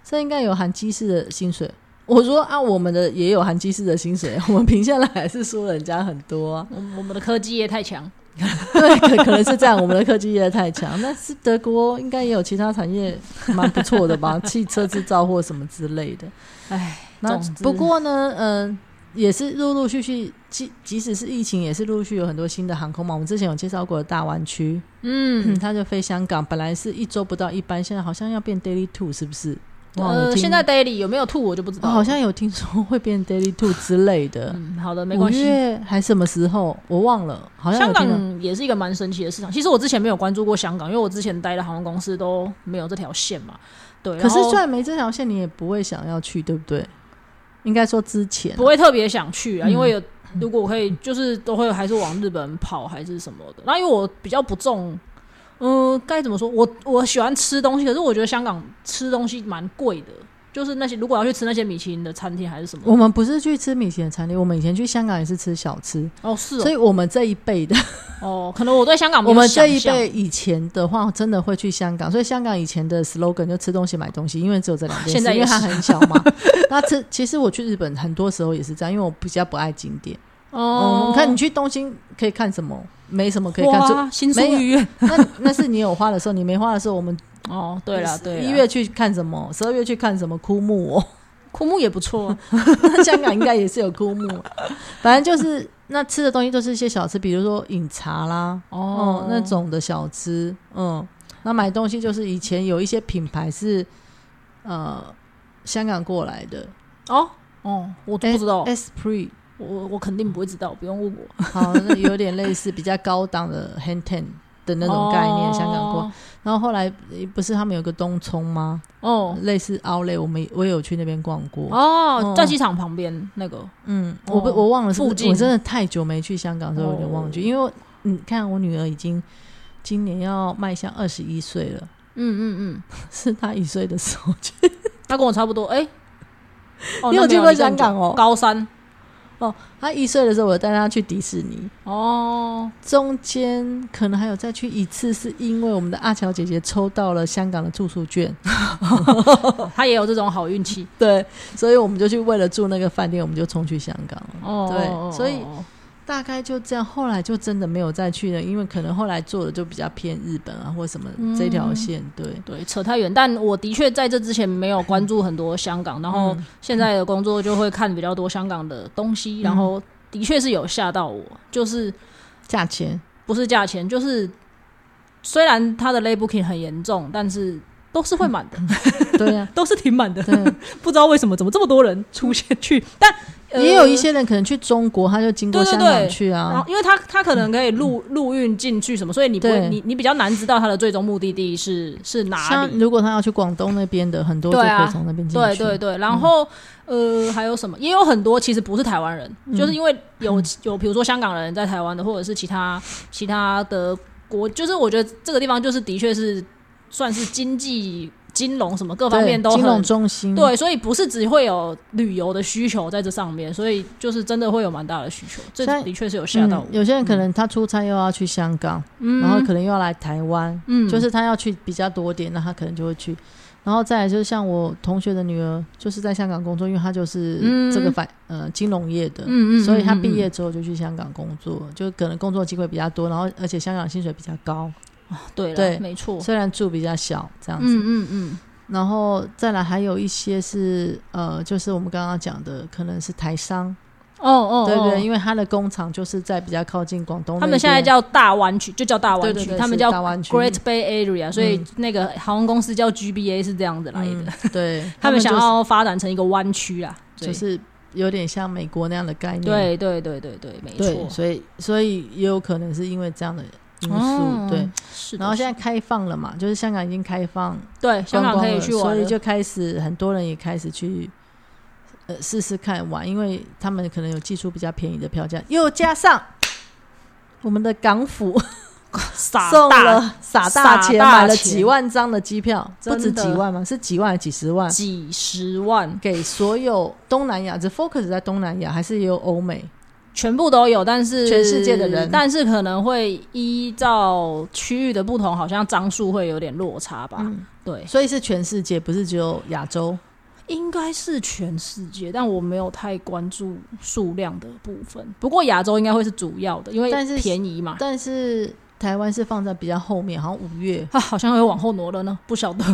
[SPEAKER 2] 这应该有含机师的薪水。我说啊，我们的也有含机师的薪水，我们评下来还是输人家很多啊。
[SPEAKER 1] 我我们的科技业太强，
[SPEAKER 2] 对，可可能是这样，我们的科技业太强，但是德国应该也有其他产业蛮不错的吧，汽车制造或什么之类的。
[SPEAKER 1] 唉，
[SPEAKER 2] 那
[SPEAKER 1] 总之
[SPEAKER 2] 不过呢，嗯、也是陆陆续续，即即使是疫情，也是陆续有很多新的航空嘛。我们之前有介绍过的大湾区，
[SPEAKER 1] 嗯
[SPEAKER 2] 嗯，，它就飞香港，本来是一周不到一班，现在好像要变 daily two，是不是？忘了
[SPEAKER 1] 呃，
[SPEAKER 2] 听
[SPEAKER 1] 现在 daily 有没有吐我就不知
[SPEAKER 2] 我
[SPEAKER 1] 道了。
[SPEAKER 2] 好像有听说会变 daily two 之类的，
[SPEAKER 1] 嗯，好的，没
[SPEAKER 2] 五
[SPEAKER 1] 关系。
[SPEAKER 2] 月还什么时候我忘了，好像
[SPEAKER 1] 香
[SPEAKER 2] 有听到
[SPEAKER 1] 港也是一个蛮神奇的市场。其实我之前没有关注过香港，因为我之前待的航空公司都没有这条线嘛。对，
[SPEAKER 2] 可是
[SPEAKER 1] 然后
[SPEAKER 2] 虽然没这条线，你也不会想要去，对不对？应该说之前
[SPEAKER 1] 不会特别想去啊，
[SPEAKER 2] 嗯
[SPEAKER 1] 因为有如果我可以，就是都会还是往日本跑还是什么的。那因为我比较不重，嗯、该怎么说？我我喜欢吃东西，可是我觉得香港吃东西蛮贵的，就是那些如果要去吃那些米其林的餐厅还是什么
[SPEAKER 2] 我们不是去吃米其林餐厅，我们以前去香港也是吃小吃，
[SPEAKER 1] 哦，是
[SPEAKER 2] 所
[SPEAKER 1] 哦
[SPEAKER 2] 以我们这一辈的，
[SPEAKER 1] 哦，可能我对香港没
[SPEAKER 2] 我
[SPEAKER 1] 有
[SPEAKER 2] 们这一
[SPEAKER 1] 想象
[SPEAKER 2] 辈以前的话，真的会去香港，所以香港以前的 slogan 就吃东西买东西，因为只有这两件事，
[SPEAKER 1] 现在
[SPEAKER 2] 因
[SPEAKER 1] 也
[SPEAKER 2] 为
[SPEAKER 1] 是
[SPEAKER 2] 它很小嘛。那吃其实我去日本很多时候也是这样，因为我比较不爱景点。
[SPEAKER 1] 哦
[SPEAKER 2] 哦、，你看你去东京可以看什么？没什么可以看，就
[SPEAKER 1] 哇，新宿
[SPEAKER 2] 没有
[SPEAKER 1] 御苑
[SPEAKER 2] 那那是你有花的时候，你没花的时候，我们
[SPEAKER 1] 哦，对了对啦，
[SPEAKER 2] 一月去看什么，十二月去看什么枯木哦。
[SPEAKER 1] 枯木也不错啊，
[SPEAKER 2] 香港应该也是有枯木，反正就是那吃的东西都是一些小吃，比如说饮茶啦， 哦、那种的小吃，嗯，那买东西就是以前有一些品牌是呃香港过来的
[SPEAKER 1] 哦哦，我不知道，
[SPEAKER 2] ，Esprit，
[SPEAKER 1] 我我肯定不会知道，不用问我
[SPEAKER 2] 好，那有点类似比较高档的 hand ten 的那种概
[SPEAKER 1] 哦
[SPEAKER 2] 念，香港过来。然后后来诶不是他们有个东冲吗？
[SPEAKER 1] 哦
[SPEAKER 2] 类似 Outlet，我们也我也有去那边逛过，
[SPEAKER 1] 哦
[SPEAKER 2] 嗯，
[SPEAKER 1] 在机场旁边那个，
[SPEAKER 2] 嗯，
[SPEAKER 1] 哦
[SPEAKER 2] 我不我忘了是不
[SPEAKER 1] 附
[SPEAKER 2] 是，
[SPEAKER 1] 近
[SPEAKER 2] 我真的太久没去香港，所以我有点忘记。
[SPEAKER 1] 哦
[SPEAKER 2] 因为我你看，我女儿已经今年要迈向二十一岁了，
[SPEAKER 1] 嗯嗯嗯，
[SPEAKER 2] 是她一岁的时候去。
[SPEAKER 1] 他跟我差不多，哎、哦
[SPEAKER 2] 你有
[SPEAKER 1] 那没
[SPEAKER 2] 去过
[SPEAKER 1] 你更
[SPEAKER 2] 香港哦
[SPEAKER 1] 久高三
[SPEAKER 2] 她一岁的时候，我带她去迪士尼，
[SPEAKER 1] 哦，
[SPEAKER 2] 中间可能还有再去一次，是因为我们的阿乔姐姐抽到了香港的住宿券，
[SPEAKER 1] 哦他也有这种好运气
[SPEAKER 2] 对，所以我们就去为了住那个饭店，我们就冲去香港了。
[SPEAKER 1] 哦。
[SPEAKER 2] 对所以大概就这样，后来就真的没有再去了，因为可能后来做的就比较偏日本啊，或什么
[SPEAKER 1] 嗯
[SPEAKER 2] 这条线，对。
[SPEAKER 1] 对扯太远，但我的确在这之前没有关注很多香港，然后现在的工作就会看比较多香港的东西，然后的确是有吓到我，就是
[SPEAKER 2] 价钱，
[SPEAKER 1] 不是价钱，就是虽然它的 lay booking 很严重，但是都是会满的，
[SPEAKER 2] 对呀、
[SPEAKER 1] 都是挺满 的，
[SPEAKER 2] 对，啊
[SPEAKER 1] 不知道为什么怎么这么多人出现去， 但、呃
[SPEAKER 2] 也有一。些人可能去中国，他就经过
[SPEAKER 1] 对
[SPEAKER 2] 香
[SPEAKER 1] 对
[SPEAKER 2] 港
[SPEAKER 1] 对
[SPEAKER 2] 去
[SPEAKER 1] 呃然
[SPEAKER 2] 啊
[SPEAKER 1] 后，。因为他他可能可以陆陆运进去什么，所以你不会
[SPEAKER 2] 对
[SPEAKER 1] 你你比较难知道他的最终目的地是是哪
[SPEAKER 2] 像
[SPEAKER 1] 里。
[SPEAKER 2] 如果他要去广东那边的，很多就
[SPEAKER 1] 对啊
[SPEAKER 2] 可以从那边进
[SPEAKER 1] 对
[SPEAKER 2] 去。
[SPEAKER 1] 对对，然后、呃还有什么？也有很多其实不是台湾人，就是因为有有比如说香港人在台湾的，或者是其他其他的国，就是我觉得这个地方就是的确是算是经济金融什么各
[SPEAKER 2] 对
[SPEAKER 1] 方面都
[SPEAKER 2] 金融
[SPEAKER 1] 很
[SPEAKER 2] 中心。
[SPEAKER 1] 对，所以不是只会有旅游的需求在这上面，所以就是真的会有蛮大的需求，这
[SPEAKER 2] 像
[SPEAKER 1] 的确是有吓到我
[SPEAKER 2] 嗯。，有些人可能他出差又要去香港，
[SPEAKER 1] 嗯
[SPEAKER 2] 然后可能又要来台湾，
[SPEAKER 1] 嗯
[SPEAKER 2] 就是他要去比较多点，那他可能就会去。然后再来就是像我同学的女儿，就是在香港工作，因为她就是
[SPEAKER 1] 嗯
[SPEAKER 2] 这个反呃金融业的，
[SPEAKER 1] 嗯嗯嗯
[SPEAKER 2] 所以她
[SPEAKER 1] 嗯嗯
[SPEAKER 2] 毕业之后就去香港工作，就可能工作机会比较多，然后而且香港薪水比较高，
[SPEAKER 1] 嗯对了，
[SPEAKER 2] 对
[SPEAKER 1] 没错，
[SPEAKER 2] 虽然住比较小这样子。
[SPEAKER 1] 嗯嗯嗯，
[SPEAKER 2] 然后再来还有一些是呃，就是我们刚刚讲的，可能是台商，
[SPEAKER 1] 哦哦，
[SPEAKER 2] 对
[SPEAKER 1] 哦
[SPEAKER 2] 对，因为他的工厂就是在比较靠近广东那边，
[SPEAKER 1] 他们现在叫大湾区，就叫大湾
[SPEAKER 2] 对对
[SPEAKER 1] 区，
[SPEAKER 2] 对
[SPEAKER 1] 他们
[SPEAKER 2] 是
[SPEAKER 1] 叫
[SPEAKER 2] 大湾区
[SPEAKER 1] Great Bay Area，所以
[SPEAKER 2] 嗯
[SPEAKER 1] 那个航空公司叫 GBA 是这样子来的。
[SPEAKER 2] 嗯对
[SPEAKER 1] 他们
[SPEAKER 2] 就
[SPEAKER 1] 想
[SPEAKER 2] 是
[SPEAKER 1] 要发展成一个湾区啦，对
[SPEAKER 2] 就是有点像美国那样的概念，
[SPEAKER 1] 对对对对对，没
[SPEAKER 2] 对，
[SPEAKER 1] 错，
[SPEAKER 2] 所以所以也有可能是因为这样的因素，
[SPEAKER 1] 哦
[SPEAKER 2] 对。
[SPEAKER 1] 是的。
[SPEAKER 2] 然后现
[SPEAKER 1] 在
[SPEAKER 2] 在开放了嘛，就是香港已经开放
[SPEAKER 1] 对香
[SPEAKER 2] 观
[SPEAKER 1] 港
[SPEAKER 2] 光
[SPEAKER 1] 可以
[SPEAKER 2] 了
[SPEAKER 1] 去
[SPEAKER 2] 所
[SPEAKER 1] 玩
[SPEAKER 2] 以
[SPEAKER 1] 了，
[SPEAKER 2] 就开始很多人也开始去呃试试看玩，因为他们可能有寄出比较便宜的票价，又加上我们的港府
[SPEAKER 1] 傻
[SPEAKER 2] 送
[SPEAKER 1] 大
[SPEAKER 2] 了傻
[SPEAKER 1] 傻
[SPEAKER 2] 大钱，
[SPEAKER 1] 大
[SPEAKER 2] 买了
[SPEAKER 1] 钱
[SPEAKER 2] 几万张的机票，不止
[SPEAKER 1] 真的
[SPEAKER 2] 几万吗？是几万还是几十万？
[SPEAKER 1] 几十万，
[SPEAKER 2] 给所有东南亚，只 focus 在东南亚，还是也有欧美？
[SPEAKER 1] 全部都有，但是
[SPEAKER 2] 全世界的人
[SPEAKER 1] 但是可能会依照区域的不同，好像张数会有点落差吧。
[SPEAKER 2] 嗯
[SPEAKER 1] 对，
[SPEAKER 2] 所以是全世界，不是只有亚洲。
[SPEAKER 1] 应该是全世界，但我没有太关注数量的部分。不过亚洲应该会是主要的，因为
[SPEAKER 2] 但是
[SPEAKER 1] 便宜嘛。
[SPEAKER 2] 但是台湾是放在比较后面，好像五月，
[SPEAKER 1] 啊，好像会往后挪了呢，不晓得，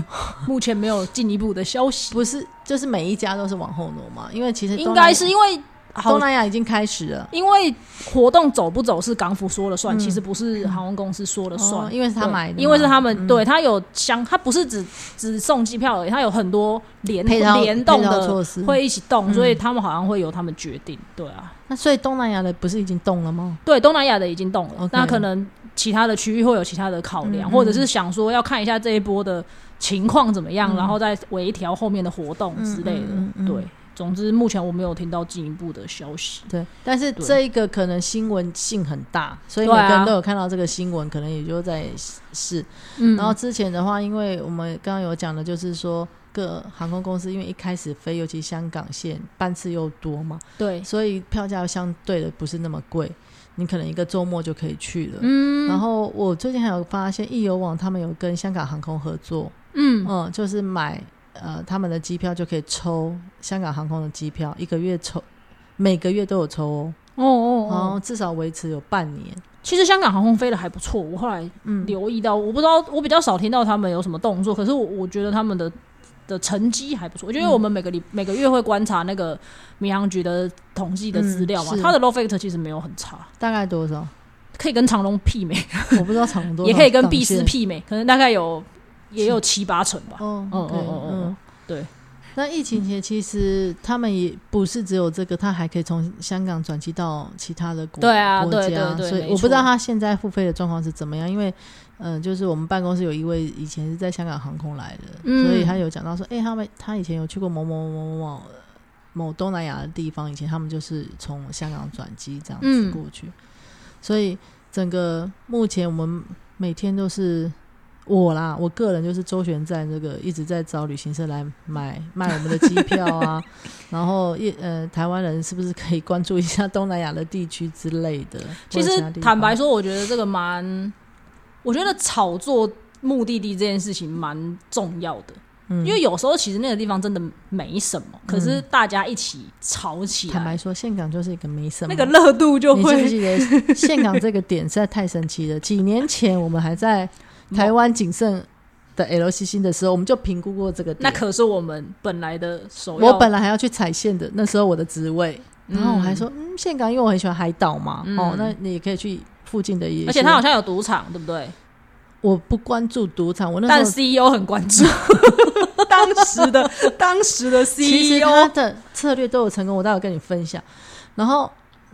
[SPEAKER 1] 目前没有进一步的消 息。
[SPEAKER 2] 不是就是每一家都是往后挪嘛？因为其实东
[SPEAKER 1] 应
[SPEAKER 2] 南
[SPEAKER 1] 该是因为好
[SPEAKER 2] 东，南亚已经开始了。
[SPEAKER 1] 因为活动走不走是港府说了算，
[SPEAKER 2] 嗯
[SPEAKER 1] 其实不是航空公司说了算。
[SPEAKER 2] 哦因为是他
[SPEAKER 1] 对
[SPEAKER 2] 买的嘛，
[SPEAKER 1] 因为是他们，
[SPEAKER 2] 嗯
[SPEAKER 1] 对他有相，他不是只只送机票而已，他有很多联
[SPEAKER 2] 配套
[SPEAKER 1] 联动
[SPEAKER 2] 配套
[SPEAKER 1] 的
[SPEAKER 2] 措施。
[SPEAKER 1] 会一起动，
[SPEAKER 2] 嗯
[SPEAKER 1] 所以他们好像会由他们决定。对啊，
[SPEAKER 2] 那所以东南亚的不是已经动了吗？
[SPEAKER 1] 对，东南亚的已经动了
[SPEAKER 2] OK
[SPEAKER 1] 那可能其他的区域会有其他的考
[SPEAKER 2] 嗯
[SPEAKER 1] 量，
[SPEAKER 2] 嗯
[SPEAKER 1] 或者是想说要看一下这一波的情况怎么样，
[SPEAKER 2] 嗯
[SPEAKER 1] 然后再微调后面的活动之类的。
[SPEAKER 2] 嗯嗯嗯嗯
[SPEAKER 1] 对，总之目前我没有听到进一步的消息。
[SPEAKER 2] 对，但是
[SPEAKER 1] 对
[SPEAKER 2] 这一个可能新闻性很大，所以
[SPEAKER 1] 对
[SPEAKER 2] 每
[SPEAKER 1] 啊
[SPEAKER 2] 个人都有看到这个新闻，可能也就在试。
[SPEAKER 1] 嗯
[SPEAKER 2] 然后之前的话，因为我们刚刚有讲的，就是说各航空公司因为一开始飞，尤其香港线班次又多嘛，
[SPEAKER 1] 对，
[SPEAKER 2] 所以票价相对的不是那么贵，你可能一个周末就可以去了。
[SPEAKER 1] 嗯，
[SPEAKER 2] 然后我最近还有发现，易游网他们有跟香港航空合作，
[SPEAKER 1] 嗯，
[SPEAKER 2] 嗯，就是买呃他们的机票就可以抽香港航空的机票，一个月抽，每个月都有抽哦，
[SPEAKER 1] 哦哦
[SPEAKER 2] 然后
[SPEAKER 1] 哦，
[SPEAKER 2] 至少维持有半年。
[SPEAKER 1] 其实香港航空飞的还不错，我后来
[SPEAKER 2] 嗯，
[SPEAKER 1] 留意到，我不知道，我比较少听到他们有什么动作，可是我我觉得他们的的成绩还不错。我觉得我们每个礼、每个月会观察那个民航局的统计的资料嘛，
[SPEAKER 2] 嗯是
[SPEAKER 1] 它的 low factor 其实没有很差，
[SPEAKER 2] 大概多少？
[SPEAKER 1] 可以跟长龙媲美，
[SPEAKER 2] 我不知道长龙多少，
[SPEAKER 1] 也可以跟碧斯。媲美，可能大概有也有七八成吧。
[SPEAKER 2] 哦，
[SPEAKER 1] 嗯
[SPEAKER 2] 嗯
[SPEAKER 1] 嗯
[SPEAKER 2] 嗯
[SPEAKER 1] 嗯
[SPEAKER 2] 嗯
[SPEAKER 1] 嗯
[SPEAKER 2] 嗯，
[SPEAKER 1] 对。
[SPEAKER 2] 那疫情前其实他们也不是只有这个，他还可以从香港转机到其他的国
[SPEAKER 1] 对啊
[SPEAKER 2] 国家，
[SPEAKER 1] 对对对
[SPEAKER 2] 所以
[SPEAKER 1] 没
[SPEAKER 2] 我不知
[SPEAKER 1] 错
[SPEAKER 2] 道他现在付费的状况是怎么样，因为嗯、呃就是我们办公室有一位以前是在香港航空来的，
[SPEAKER 1] 嗯
[SPEAKER 2] 所以他有讲到说，哎、他们他以前有去过某某某某某某东南亚的地方，以前他们就是从香港转机这样子
[SPEAKER 1] 嗯
[SPEAKER 2] 过去，所以整个目前我们每天都是我啦，我个人就是周旋在这个一直在找旅行社来买卖我们的机票 啊，然后一呃台湾人是不是可以关注一下东南亚的地区之类的？
[SPEAKER 1] 其
[SPEAKER 2] 或者
[SPEAKER 1] 实
[SPEAKER 2] 他地
[SPEAKER 1] 坦白
[SPEAKER 2] 方，
[SPEAKER 1] 说，我觉得这个蛮，我觉得炒作目的地这件事情蛮重要的。
[SPEAKER 2] 嗯
[SPEAKER 1] 因为有时候其实那个地方真的没什么，可是大家一起吵起
[SPEAKER 2] 坦白
[SPEAKER 1] 来，
[SPEAKER 2] 说，香港就是一个没什么
[SPEAKER 1] 那个热度 就
[SPEAKER 2] 你记不
[SPEAKER 1] 会
[SPEAKER 2] 记得岘港这个点实在太神奇了？几年前我们还在台湾仅剩的 LCC 的时候，我们就评估过这个点。
[SPEAKER 1] 那可是我们本来的首要。
[SPEAKER 2] 我本来还要去踩线的，那时候我的职位，然后我还说，嗯，岘港因为我很喜欢海岛嘛，
[SPEAKER 1] 嗯
[SPEAKER 2] 哦，那你也可以去附近的一些。
[SPEAKER 1] 而且他好像有赌场，对不对？
[SPEAKER 2] 我不关注赌场，我那
[SPEAKER 1] 但
[SPEAKER 2] 时候
[SPEAKER 1] CEO 很 关注当时的当时的 E
[SPEAKER 2] 其实他
[SPEAKER 1] CEO，
[SPEAKER 2] 的策略都有成功，我待会跟你分享。然后，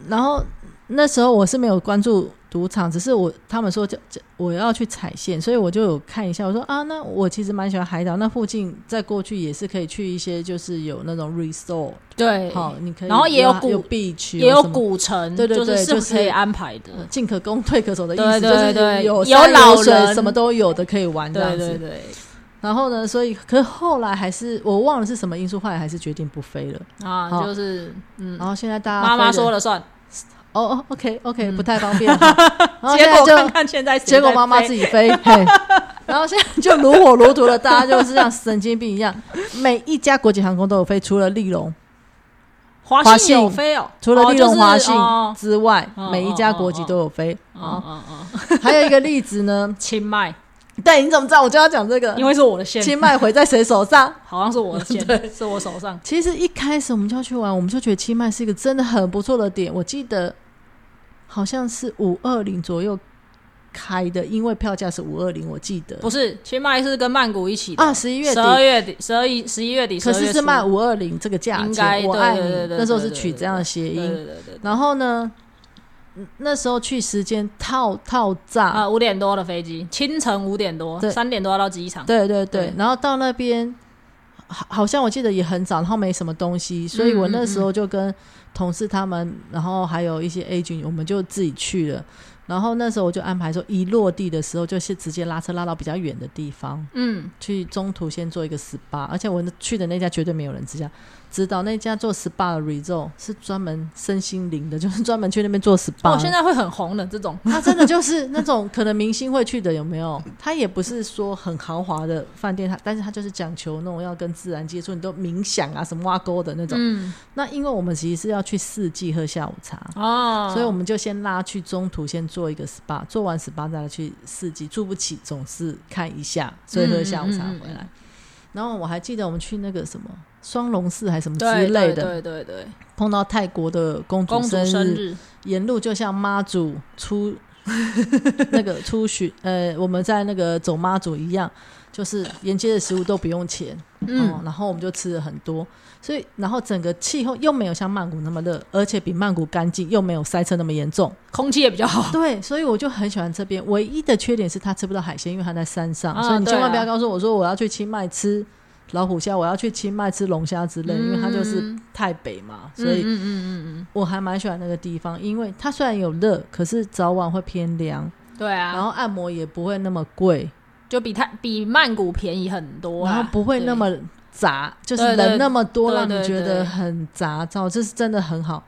[SPEAKER 2] 然后那时候我是没有关注赌场，只是我他们说叫叫我要去踩线，所以我就有看一下，我说啊，那我其实蛮喜欢海岛，那附近再过去也是可以去一些，就是有那种 resort，
[SPEAKER 1] 对，
[SPEAKER 2] 好，你可以
[SPEAKER 1] 然后也有
[SPEAKER 2] 有
[SPEAKER 1] 古
[SPEAKER 2] 有 beach，
[SPEAKER 1] 也有
[SPEAKER 2] 什么
[SPEAKER 1] 古城，
[SPEAKER 2] 对对
[SPEAKER 1] 就
[SPEAKER 2] 对
[SPEAKER 1] 是
[SPEAKER 2] 就是
[SPEAKER 1] 是可以安排的，
[SPEAKER 2] 呃进可攻退可守的意
[SPEAKER 1] 对
[SPEAKER 2] 思，
[SPEAKER 1] 对对
[SPEAKER 2] 就是有
[SPEAKER 1] 有
[SPEAKER 2] 山
[SPEAKER 1] 老
[SPEAKER 2] 水
[SPEAKER 1] 人
[SPEAKER 2] 什么都有的可以玩这样
[SPEAKER 1] 对
[SPEAKER 2] 子。
[SPEAKER 1] 对对，
[SPEAKER 2] 然后呢，所以可是后来还是我忘了是什么因素，后来还是决定不飞了。
[SPEAKER 1] 啊，
[SPEAKER 2] 好
[SPEAKER 1] 就是嗯，
[SPEAKER 2] 然后现在大家
[SPEAKER 1] 妈妈
[SPEAKER 2] 飞的
[SPEAKER 1] 说了算，
[SPEAKER 2] 哦哦，OK OK，、
[SPEAKER 1] 嗯
[SPEAKER 2] 不太方 便。哈然后
[SPEAKER 1] 结
[SPEAKER 2] 现在
[SPEAKER 1] 果
[SPEAKER 2] 就
[SPEAKER 1] 看看现在谁
[SPEAKER 2] 结果
[SPEAKER 1] 在
[SPEAKER 2] 妈妈
[SPEAKER 1] 飞
[SPEAKER 2] 自己飞，嘿，然后现在就如火如荼了，大家就是像神经病一样。每一家国际航空都有飞，除了利龙。
[SPEAKER 1] 华
[SPEAKER 2] 华
[SPEAKER 1] 信有
[SPEAKER 2] 信
[SPEAKER 1] 飞哦，
[SPEAKER 2] 除了
[SPEAKER 1] 哦
[SPEAKER 2] 利
[SPEAKER 1] 就
[SPEAKER 2] 用
[SPEAKER 1] 是
[SPEAKER 2] 华信
[SPEAKER 1] 哦
[SPEAKER 2] 之外，
[SPEAKER 1] 哦
[SPEAKER 2] 每一家国籍都有飞。
[SPEAKER 1] 哦哦哦，，
[SPEAKER 2] 哦还有一个例子呢
[SPEAKER 1] 清迈，
[SPEAKER 2] 对，你怎么知道我就要讲这个？
[SPEAKER 1] 因为是我的线，
[SPEAKER 2] 清迈毁在谁手上？
[SPEAKER 1] 好像是我的线，是我手上。
[SPEAKER 2] 其实一开始我们就要去玩，我们就觉得清迈是一个真的很不错的点。我记得好像是五二零左右开的，因为票价是五二零，我记得
[SPEAKER 1] 不是，清迈是跟曼谷一起的
[SPEAKER 2] 啊，十一月
[SPEAKER 1] 十二
[SPEAKER 2] 底。
[SPEAKER 1] 月底，十二一十一月底，
[SPEAKER 2] 可是是卖
[SPEAKER 1] 曼谷，
[SPEAKER 2] 五二零这个价
[SPEAKER 1] 应该
[SPEAKER 2] 钱，我爱
[SPEAKER 1] 对对
[SPEAKER 2] 你
[SPEAKER 1] 对对
[SPEAKER 2] 那时候
[SPEAKER 1] 对
[SPEAKER 2] 是
[SPEAKER 1] 对
[SPEAKER 2] 取这样的谐
[SPEAKER 1] 对对
[SPEAKER 2] 音。
[SPEAKER 1] 对对对
[SPEAKER 2] 然后呢，嗯那时候去时间套套炸，
[SPEAKER 1] 啊，五点多的飞机，清晨五点多，
[SPEAKER 2] 对
[SPEAKER 1] 三点多要到机场。
[SPEAKER 2] 对对对
[SPEAKER 1] 对，
[SPEAKER 2] 然后到那边，好好像我记得也很早，然后没什么东西，所以我那时候就跟同事他们，然后还有一些 A 君，我们就自己去了。然后那时候我就安排说，一落地的时候就是直接拉车拉到比较远的地方，
[SPEAKER 1] 嗯，
[SPEAKER 2] 去中途先做一个 SPA，而且我那去的那家绝对没有人知道，知道那家做 SPA 的 Rezo 是专门身心灵的， 就是专门去那边做 SPA
[SPEAKER 1] 哦，
[SPEAKER 2] 的。
[SPEAKER 1] 现在会很红的这种，
[SPEAKER 2] 他真的就是那种可能明星会去的，有没有？他也不是说很豪华的饭店，他但是他就是讲求那种要跟自然接触，你都冥想啊什么挖沟的那种。
[SPEAKER 1] 嗯，
[SPEAKER 2] 那因为我们其实是要去四季喝下午茶，
[SPEAKER 1] 哦，
[SPEAKER 2] 所以我们就先拉去中途先做一个 SPA，做完 SPA 再来去四季，住不起总是看一下，所以喝下午茶
[SPEAKER 1] 嗯嗯嗯嗯
[SPEAKER 2] 回来。然后我还记得我们去那个什么双龙寺还是什么之
[SPEAKER 1] 对
[SPEAKER 2] 类的，
[SPEAKER 1] 对对对对，
[SPEAKER 2] 碰到泰国的公
[SPEAKER 1] 公
[SPEAKER 2] 主
[SPEAKER 1] 主
[SPEAKER 2] 生
[SPEAKER 1] 生
[SPEAKER 2] 日，
[SPEAKER 1] 日，
[SPEAKER 2] 沿路就像妈祖出 那个出巡，呃，我们在那个走妈祖一样，就是沿街的食物都不用钱，嗯、
[SPEAKER 1] 嗯，
[SPEAKER 2] 然后我们就吃了很多，所以然后整个气候又没有像曼谷那么热，而且比曼谷干净，又没有塞车那么严重，
[SPEAKER 1] 空气也比较好，
[SPEAKER 2] 对，所以我就很喜欢这边。唯一的缺点是它吃不到海鲜，因为它在山上，
[SPEAKER 1] 啊
[SPEAKER 2] 所以你
[SPEAKER 1] 对
[SPEAKER 2] 千万不
[SPEAKER 1] 啊
[SPEAKER 2] 要告诉我说我要去清迈吃老虎虾，我要去清迈吃龙虾之类，因为它就是
[SPEAKER 1] 嗯
[SPEAKER 2] 太北嘛，所以
[SPEAKER 1] 嗯嗯嗯嗯
[SPEAKER 2] 我还蛮喜欢那个地方，因为它虽然有热，可是早晚会偏凉，
[SPEAKER 1] 嗯，对
[SPEAKER 2] 然
[SPEAKER 1] 啊，
[SPEAKER 2] 后按摩也不会那么贵，
[SPEAKER 1] 就比它比曼谷便宜很多啊，
[SPEAKER 2] 然后不会那么杂，就是
[SPEAKER 1] 对对
[SPEAKER 2] 人那么多，
[SPEAKER 1] 对
[SPEAKER 2] 让你
[SPEAKER 1] 对
[SPEAKER 2] 觉
[SPEAKER 1] 对
[SPEAKER 2] 得很杂躁，这是真的很好。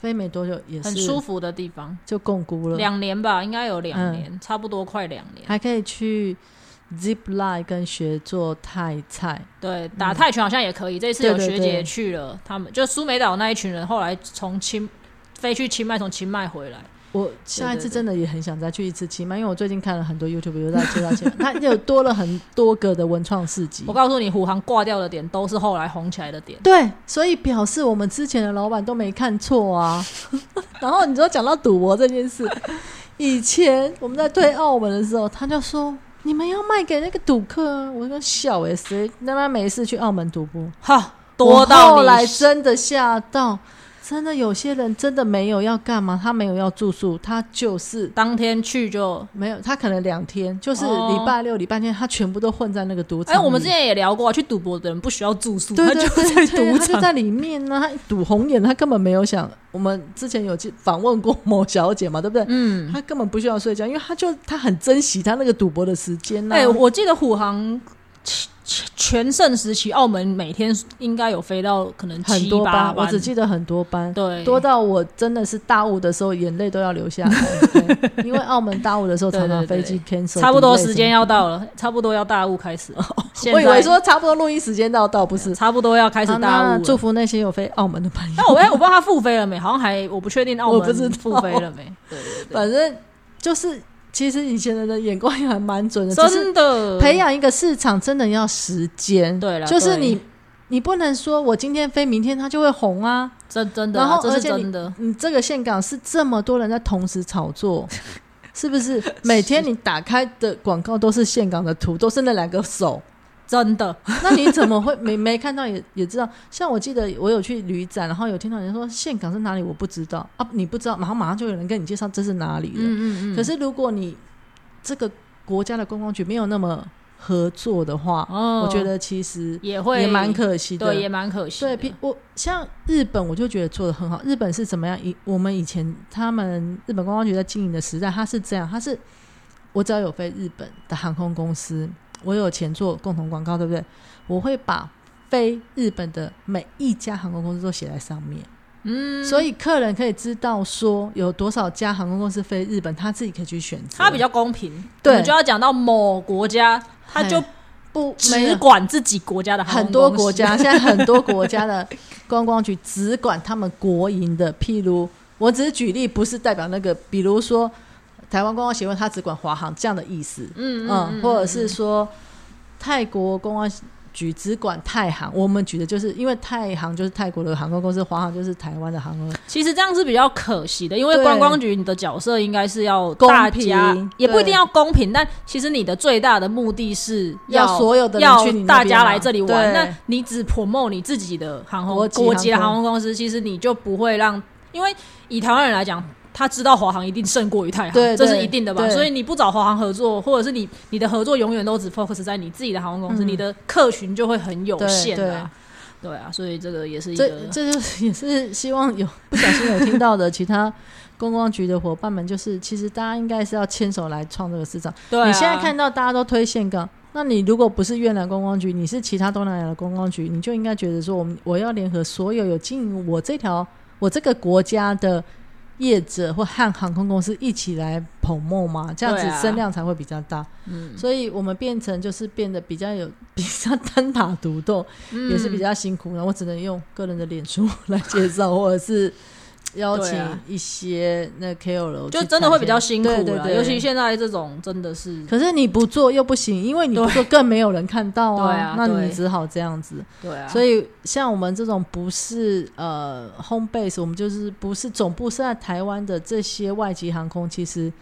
[SPEAKER 2] 飞没多久也
[SPEAKER 1] 对
[SPEAKER 2] 是
[SPEAKER 1] 很舒服的地方，
[SPEAKER 2] 就共估了，
[SPEAKER 1] 两年吧，应该有两
[SPEAKER 2] 嗯
[SPEAKER 1] 年，差不多快两年。
[SPEAKER 2] 还可以去 zip line 跟学做泰菜，
[SPEAKER 1] 对，打泰拳好像也可以。这次有
[SPEAKER 2] 嗯对
[SPEAKER 1] 学
[SPEAKER 2] 对
[SPEAKER 1] 姐
[SPEAKER 2] 对
[SPEAKER 1] 去了，他们就苏梅岛那一群人，后来从清飞去清迈，从清迈回来。
[SPEAKER 2] 我下一次
[SPEAKER 1] 对对
[SPEAKER 2] 真的也很想再去一次清迈，因为我最近看了很多 YouTube 又在介绍清迈，它有多了很多个的文创市集
[SPEAKER 1] 我。告诉你，虎航挂掉的点都是后来红起来的点。
[SPEAKER 2] 对，所以表示我们之前的老板都没看错啊。 然后你说讲到赌博这件事，以前我们在对澳门的时候，他就说你们要卖给那个赌客啊。我说小诶，谁他妈没事去澳门赌博？
[SPEAKER 1] 哈，多到
[SPEAKER 2] 我后
[SPEAKER 1] 你
[SPEAKER 2] 来真的吓到，真的有些人真的没有要干嘛，他没有要住宿，他就是
[SPEAKER 1] 当天去就。
[SPEAKER 2] 没有，他可能两天，就是
[SPEAKER 1] 哦
[SPEAKER 2] 礼拜六、礼拜天，他全部都混在那个赌场
[SPEAKER 1] 哎、
[SPEAKER 2] 里。
[SPEAKER 1] 我们之前也聊过、啊，去赌博的人不需要住宿，
[SPEAKER 2] 对对
[SPEAKER 1] 他就
[SPEAKER 2] 对
[SPEAKER 1] 在
[SPEAKER 2] 对
[SPEAKER 1] 赌
[SPEAKER 2] 他就
[SPEAKER 1] 场。
[SPEAKER 2] 在里面呢、他赌红眼，他根本没有想。我们之前有去访问过某小姐嘛，对不对？
[SPEAKER 1] 嗯，
[SPEAKER 2] 他根本不需要睡觉，因为他就他很珍惜他那个赌博的时间呢、
[SPEAKER 1] 哎、我记得虎航全全盛时期，澳门每天应该有飞到可能
[SPEAKER 2] 很
[SPEAKER 1] 七
[SPEAKER 2] 多
[SPEAKER 1] 八
[SPEAKER 2] 班，我只记得很多班，
[SPEAKER 1] 对
[SPEAKER 2] 多到我真的是大雾的时候眼泪都要流下来。对因为澳门大雾的时候，
[SPEAKER 1] 对对
[SPEAKER 2] 常常
[SPEAKER 1] 对
[SPEAKER 2] 飞机 cancel，
[SPEAKER 1] 差不多
[SPEAKER 2] delay
[SPEAKER 1] 时间
[SPEAKER 2] 什哦
[SPEAKER 1] 要到了，差不多要大雾开始了。现
[SPEAKER 2] 么。我以为
[SPEAKER 1] 在
[SPEAKER 2] 说差不多录音时间到，到不是。
[SPEAKER 1] 差不多要开始
[SPEAKER 2] 好
[SPEAKER 1] 大雾
[SPEAKER 2] 那
[SPEAKER 1] 了。
[SPEAKER 2] 祝福那些有飞澳门的朋友。
[SPEAKER 1] 但我哎、我不知道他复飞了没，好像还我不确定澳
[SPEAKER 2] 我不知
[SPEAKER 1] 门
[SPEAKER 2] 道
[SPEAKER 1] 复飞了没。对对对
[SPEAKER 2] 反正就是，其实以前人的眼光也还蛮准的，只是
[SPEAKER 1] 真的
[SPEAKER 2] 培养一个市场真的要时间，
[SPEAKER 1] 对了
[SPEAKER 2] 就是
[SPEAKER 1] 对
[SPEAKER 2] 你。你不能说我今天飞，明天它就会红啊！
[SPEAKER 1] 真真的啊、
[SPEAKER 2] 然后
[SPEAKER 1] 这是
[SPEAKER 2] 而且
[SPEAKER 1] 真的。
[SPEAKER 2] 你这个线港是这么多人在同时炒 作，是不是？每天你打开的广告都是线港的图，都是那两个 手，
[SPEAKER 1] 真的，
[SPEAKER 2] 那你怎么会没没看到也也知道？像我记得我有去旅展，然后有听到人说岘港是哪里，我不知道啊，你不知道，然后马上就有人跟你介绍这是哪里了。
[SPEAKER 1] 嗯嗯嗯。
[SPEAKER 2] 可是如果你这个国家的观光局没有那么合作的话，
[SPEAKER 1] 哦
[SPEAKER 2] 我觉得其实
[SPEAKER 1] 也会
[SPEAKER 2] 也蛮可惜的。
[SPEAKER 1] 对，也蛮可惜
[SPEAKER 2] 对，
[SPEAKER 1] 的。
[SPEAKER 2] 比我像日本，我就觉得做的很好。日本是怎么样？以我们以前他们日本观光局在经营的时代，它是这样，它是我只要有飞日本的航空公司，我有钱做共同广告，对不对？我会把飞日本的每一家航空公司都写在上面，
[SPEAKER 1] 嗯，
[SPEAKER 2] 所以客人可以知道说有多少家航空公司飞日本，他自己可以去选择。
[SPEAKER 1] 它比较公平。
[SPEAKER 2] 对
[SPEAKER 1] 我们就要讲到某国家，它就
[SPEAKER 2] 不没
[SPEAKER 1] 只
[SPEAKER 2] 有
[SPEAKER 1] 管自己国家的航空
[SPEAKER 2] 很多
[SPEAKER 1] 公司
[SPEAKER 2] 国 家，现在很多国家的 观光局只管他们国营的，譬如我只是举例，不是代表那个，比如说台湾观光协会，它只管华航这样的意思，
[SPEAKER 1] 嗯，嗯
[SPEAKER 2] 嗯，
[SPEAKER 1] 嗯，
[SPEAKER 2] 或者是说泰国公安局只管泰航，我们举的就是因为泰航就是泰国的航空公司，华航就是台湾的航空公司，
[SPEAKER 1] 其实这样是比较可惜的，因为
[SPEAKER 2] 对
[SPEAKER 1] 观光局你的角色应该是要
[SPEAKER 2] 公
[SPEAKER 1] 大
[SPEAKER 2] 平
[SPEAKER 1] 家也不
[SPEAKER 2] 对
[SPEAKER 1] 一定要公平，但其实你的最大的目的是
[SPEAKER 2] 要所有的人
[SPEAKER 1] 要
[SPEAKER 2] 去你那
[SPEAKER 1] 大
[SPEAKER 2] 边
[SPEAKER 1] 家
[SPEAKER 2] 嘛
[SPEAKER 1] 来这里玩，
[SPEAKER 2] 对
[SPEAKER 1] 那你只 promote 你自己的航空
[SPEAKER 2] 国际
[SPEAKER 1] 国籍的
[SPEAKER 2] 航
[SPEAKER 1] 航
[SPEAKER 2] 空
[SPEAKER 1] 空公司，其实你就不会让，因为以台湾人来讲。他知道华航一定胜过于太航，
[SPEAKER 2] 对
[SPEAKER 1] 这是
[SPEAKER 2] 对
[SPEAKER 1] 一定的吧？
[SPEAKER 2] 对
[SPEAKER 1] 所以你不找华航合作，或者是你你的合作永远都只 focus 在你自己的航空公司，
[SPEAKER 2] 嗯
[SPEAKER 1] 你的客群就会很有
[SPEAKER 2] 对
[SPEAKER 1] 限
[SPEAKER 2] 对
[SPEAKER 1] 啊。对啊，所以这个也是一个
[SPEAKER 2] 这这就是也是希望有不小心有听到的其他观光局的伙伴们，就是其实大家应该是要牵手来创这个市场。
[SPEAKER 1] 对啊、
[SPEAKER 2] 你现在看到大家都推宪港，那你如果不是越南观光局，你是其他东南亚的观光局，你就应该觉得说，我们我要联合所有有经营我这条我这个国家的业者或和航空公司一起来捧梦嘛，这样子
[SPEAKER 1] 对啊
[SPEAKER 2] 声量才会比较大。
[SPEAKER 1] 嗯，
[SPEAKER 2] 所以我们变成就是变得比较有 比较单打独斗，
[SPEAKER 1] 嗯
[SPEAKER 2] 也是比较辛苦。然后我只能用个人的脸书来介绍，或者是。邀
[SPEAKER 1] 对
[SPEAKER 2] 请
[SPEAKER 1] 啊
[SPEAKER 2] 一些那 KOL，
[SPEAKER 1] 就
[SPEAKER 2] 去
[SPEAKER 1] 真的
[SPEAKER 2] 看
[SPEAKER 1] 会
[SPEAKER 2] 一
[SPEAKER 1] 比
[SPEAKER 2] 下
[SPEAKER 1] 较辛苦
[SPEAKER 2] 对
[SPEAKER 1] 了，
[SPEAKER 2] 对对
[SPEAKER 1] 尤其现在这种真的是，
[SPEAKER 2] 可是你不做又不行，因为你不做更没有人看到
[SPEAKER 1] 对
[SPEAKER 2] 啊
[SPEAKER 1] 啊，
[SPEAKER 2] 那
[SPEAKER 1] 对
[SPEAKER 2] 你只好这样子。
[SPEAKER 1] 对啊，
[SPEAKER 2] 所
[SPEAKER 1] 以
[SPEAKER 2] 以像我们这种不是呃 home base，我们就是不是总部是在台湾的这些外籍航空，其实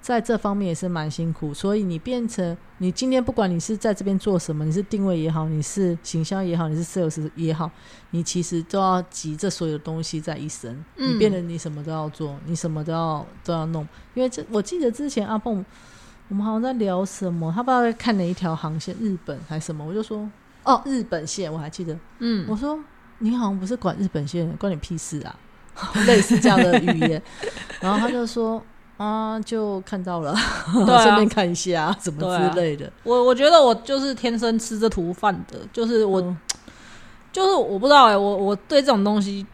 [SPEAKER 2] 在这方面也是蛮辛苦。所以你变成你今天不管你是在这边做什么，你是定位也好，你是行销也好，你是 sales 也好，你其实都要集这所有东西在一身。
[SPEAKER 1] 嗯
[SPEAKER 2] 你变得你什么都要做，你什么都要都要弄。因为这我记得之前阿蹦，我们好像在聊什么，他不知道在看哪一条航线，日本还是什么，我就说哦，日本线，我还记得，
[SPEAKER 1] 嗯，
[SPEAKER 2] 我说你好像不是管日本线的，关你屁事啊， 类似这样的语 言。然后他就说啊，就看到了，
[SPEAKER 1] 对啊
[SPEAKER 2] 顺便看一下什么
[SPEAKER 1] 对啊
[SPEAKER 2] 之类的。
[SPEAKER 1] 我我觉得我就是天生吃这途饭的，就是我、
[SPEAKER 2] 嗯
[SPEAKER 1] 就是我不知道哎、我我对这种东西，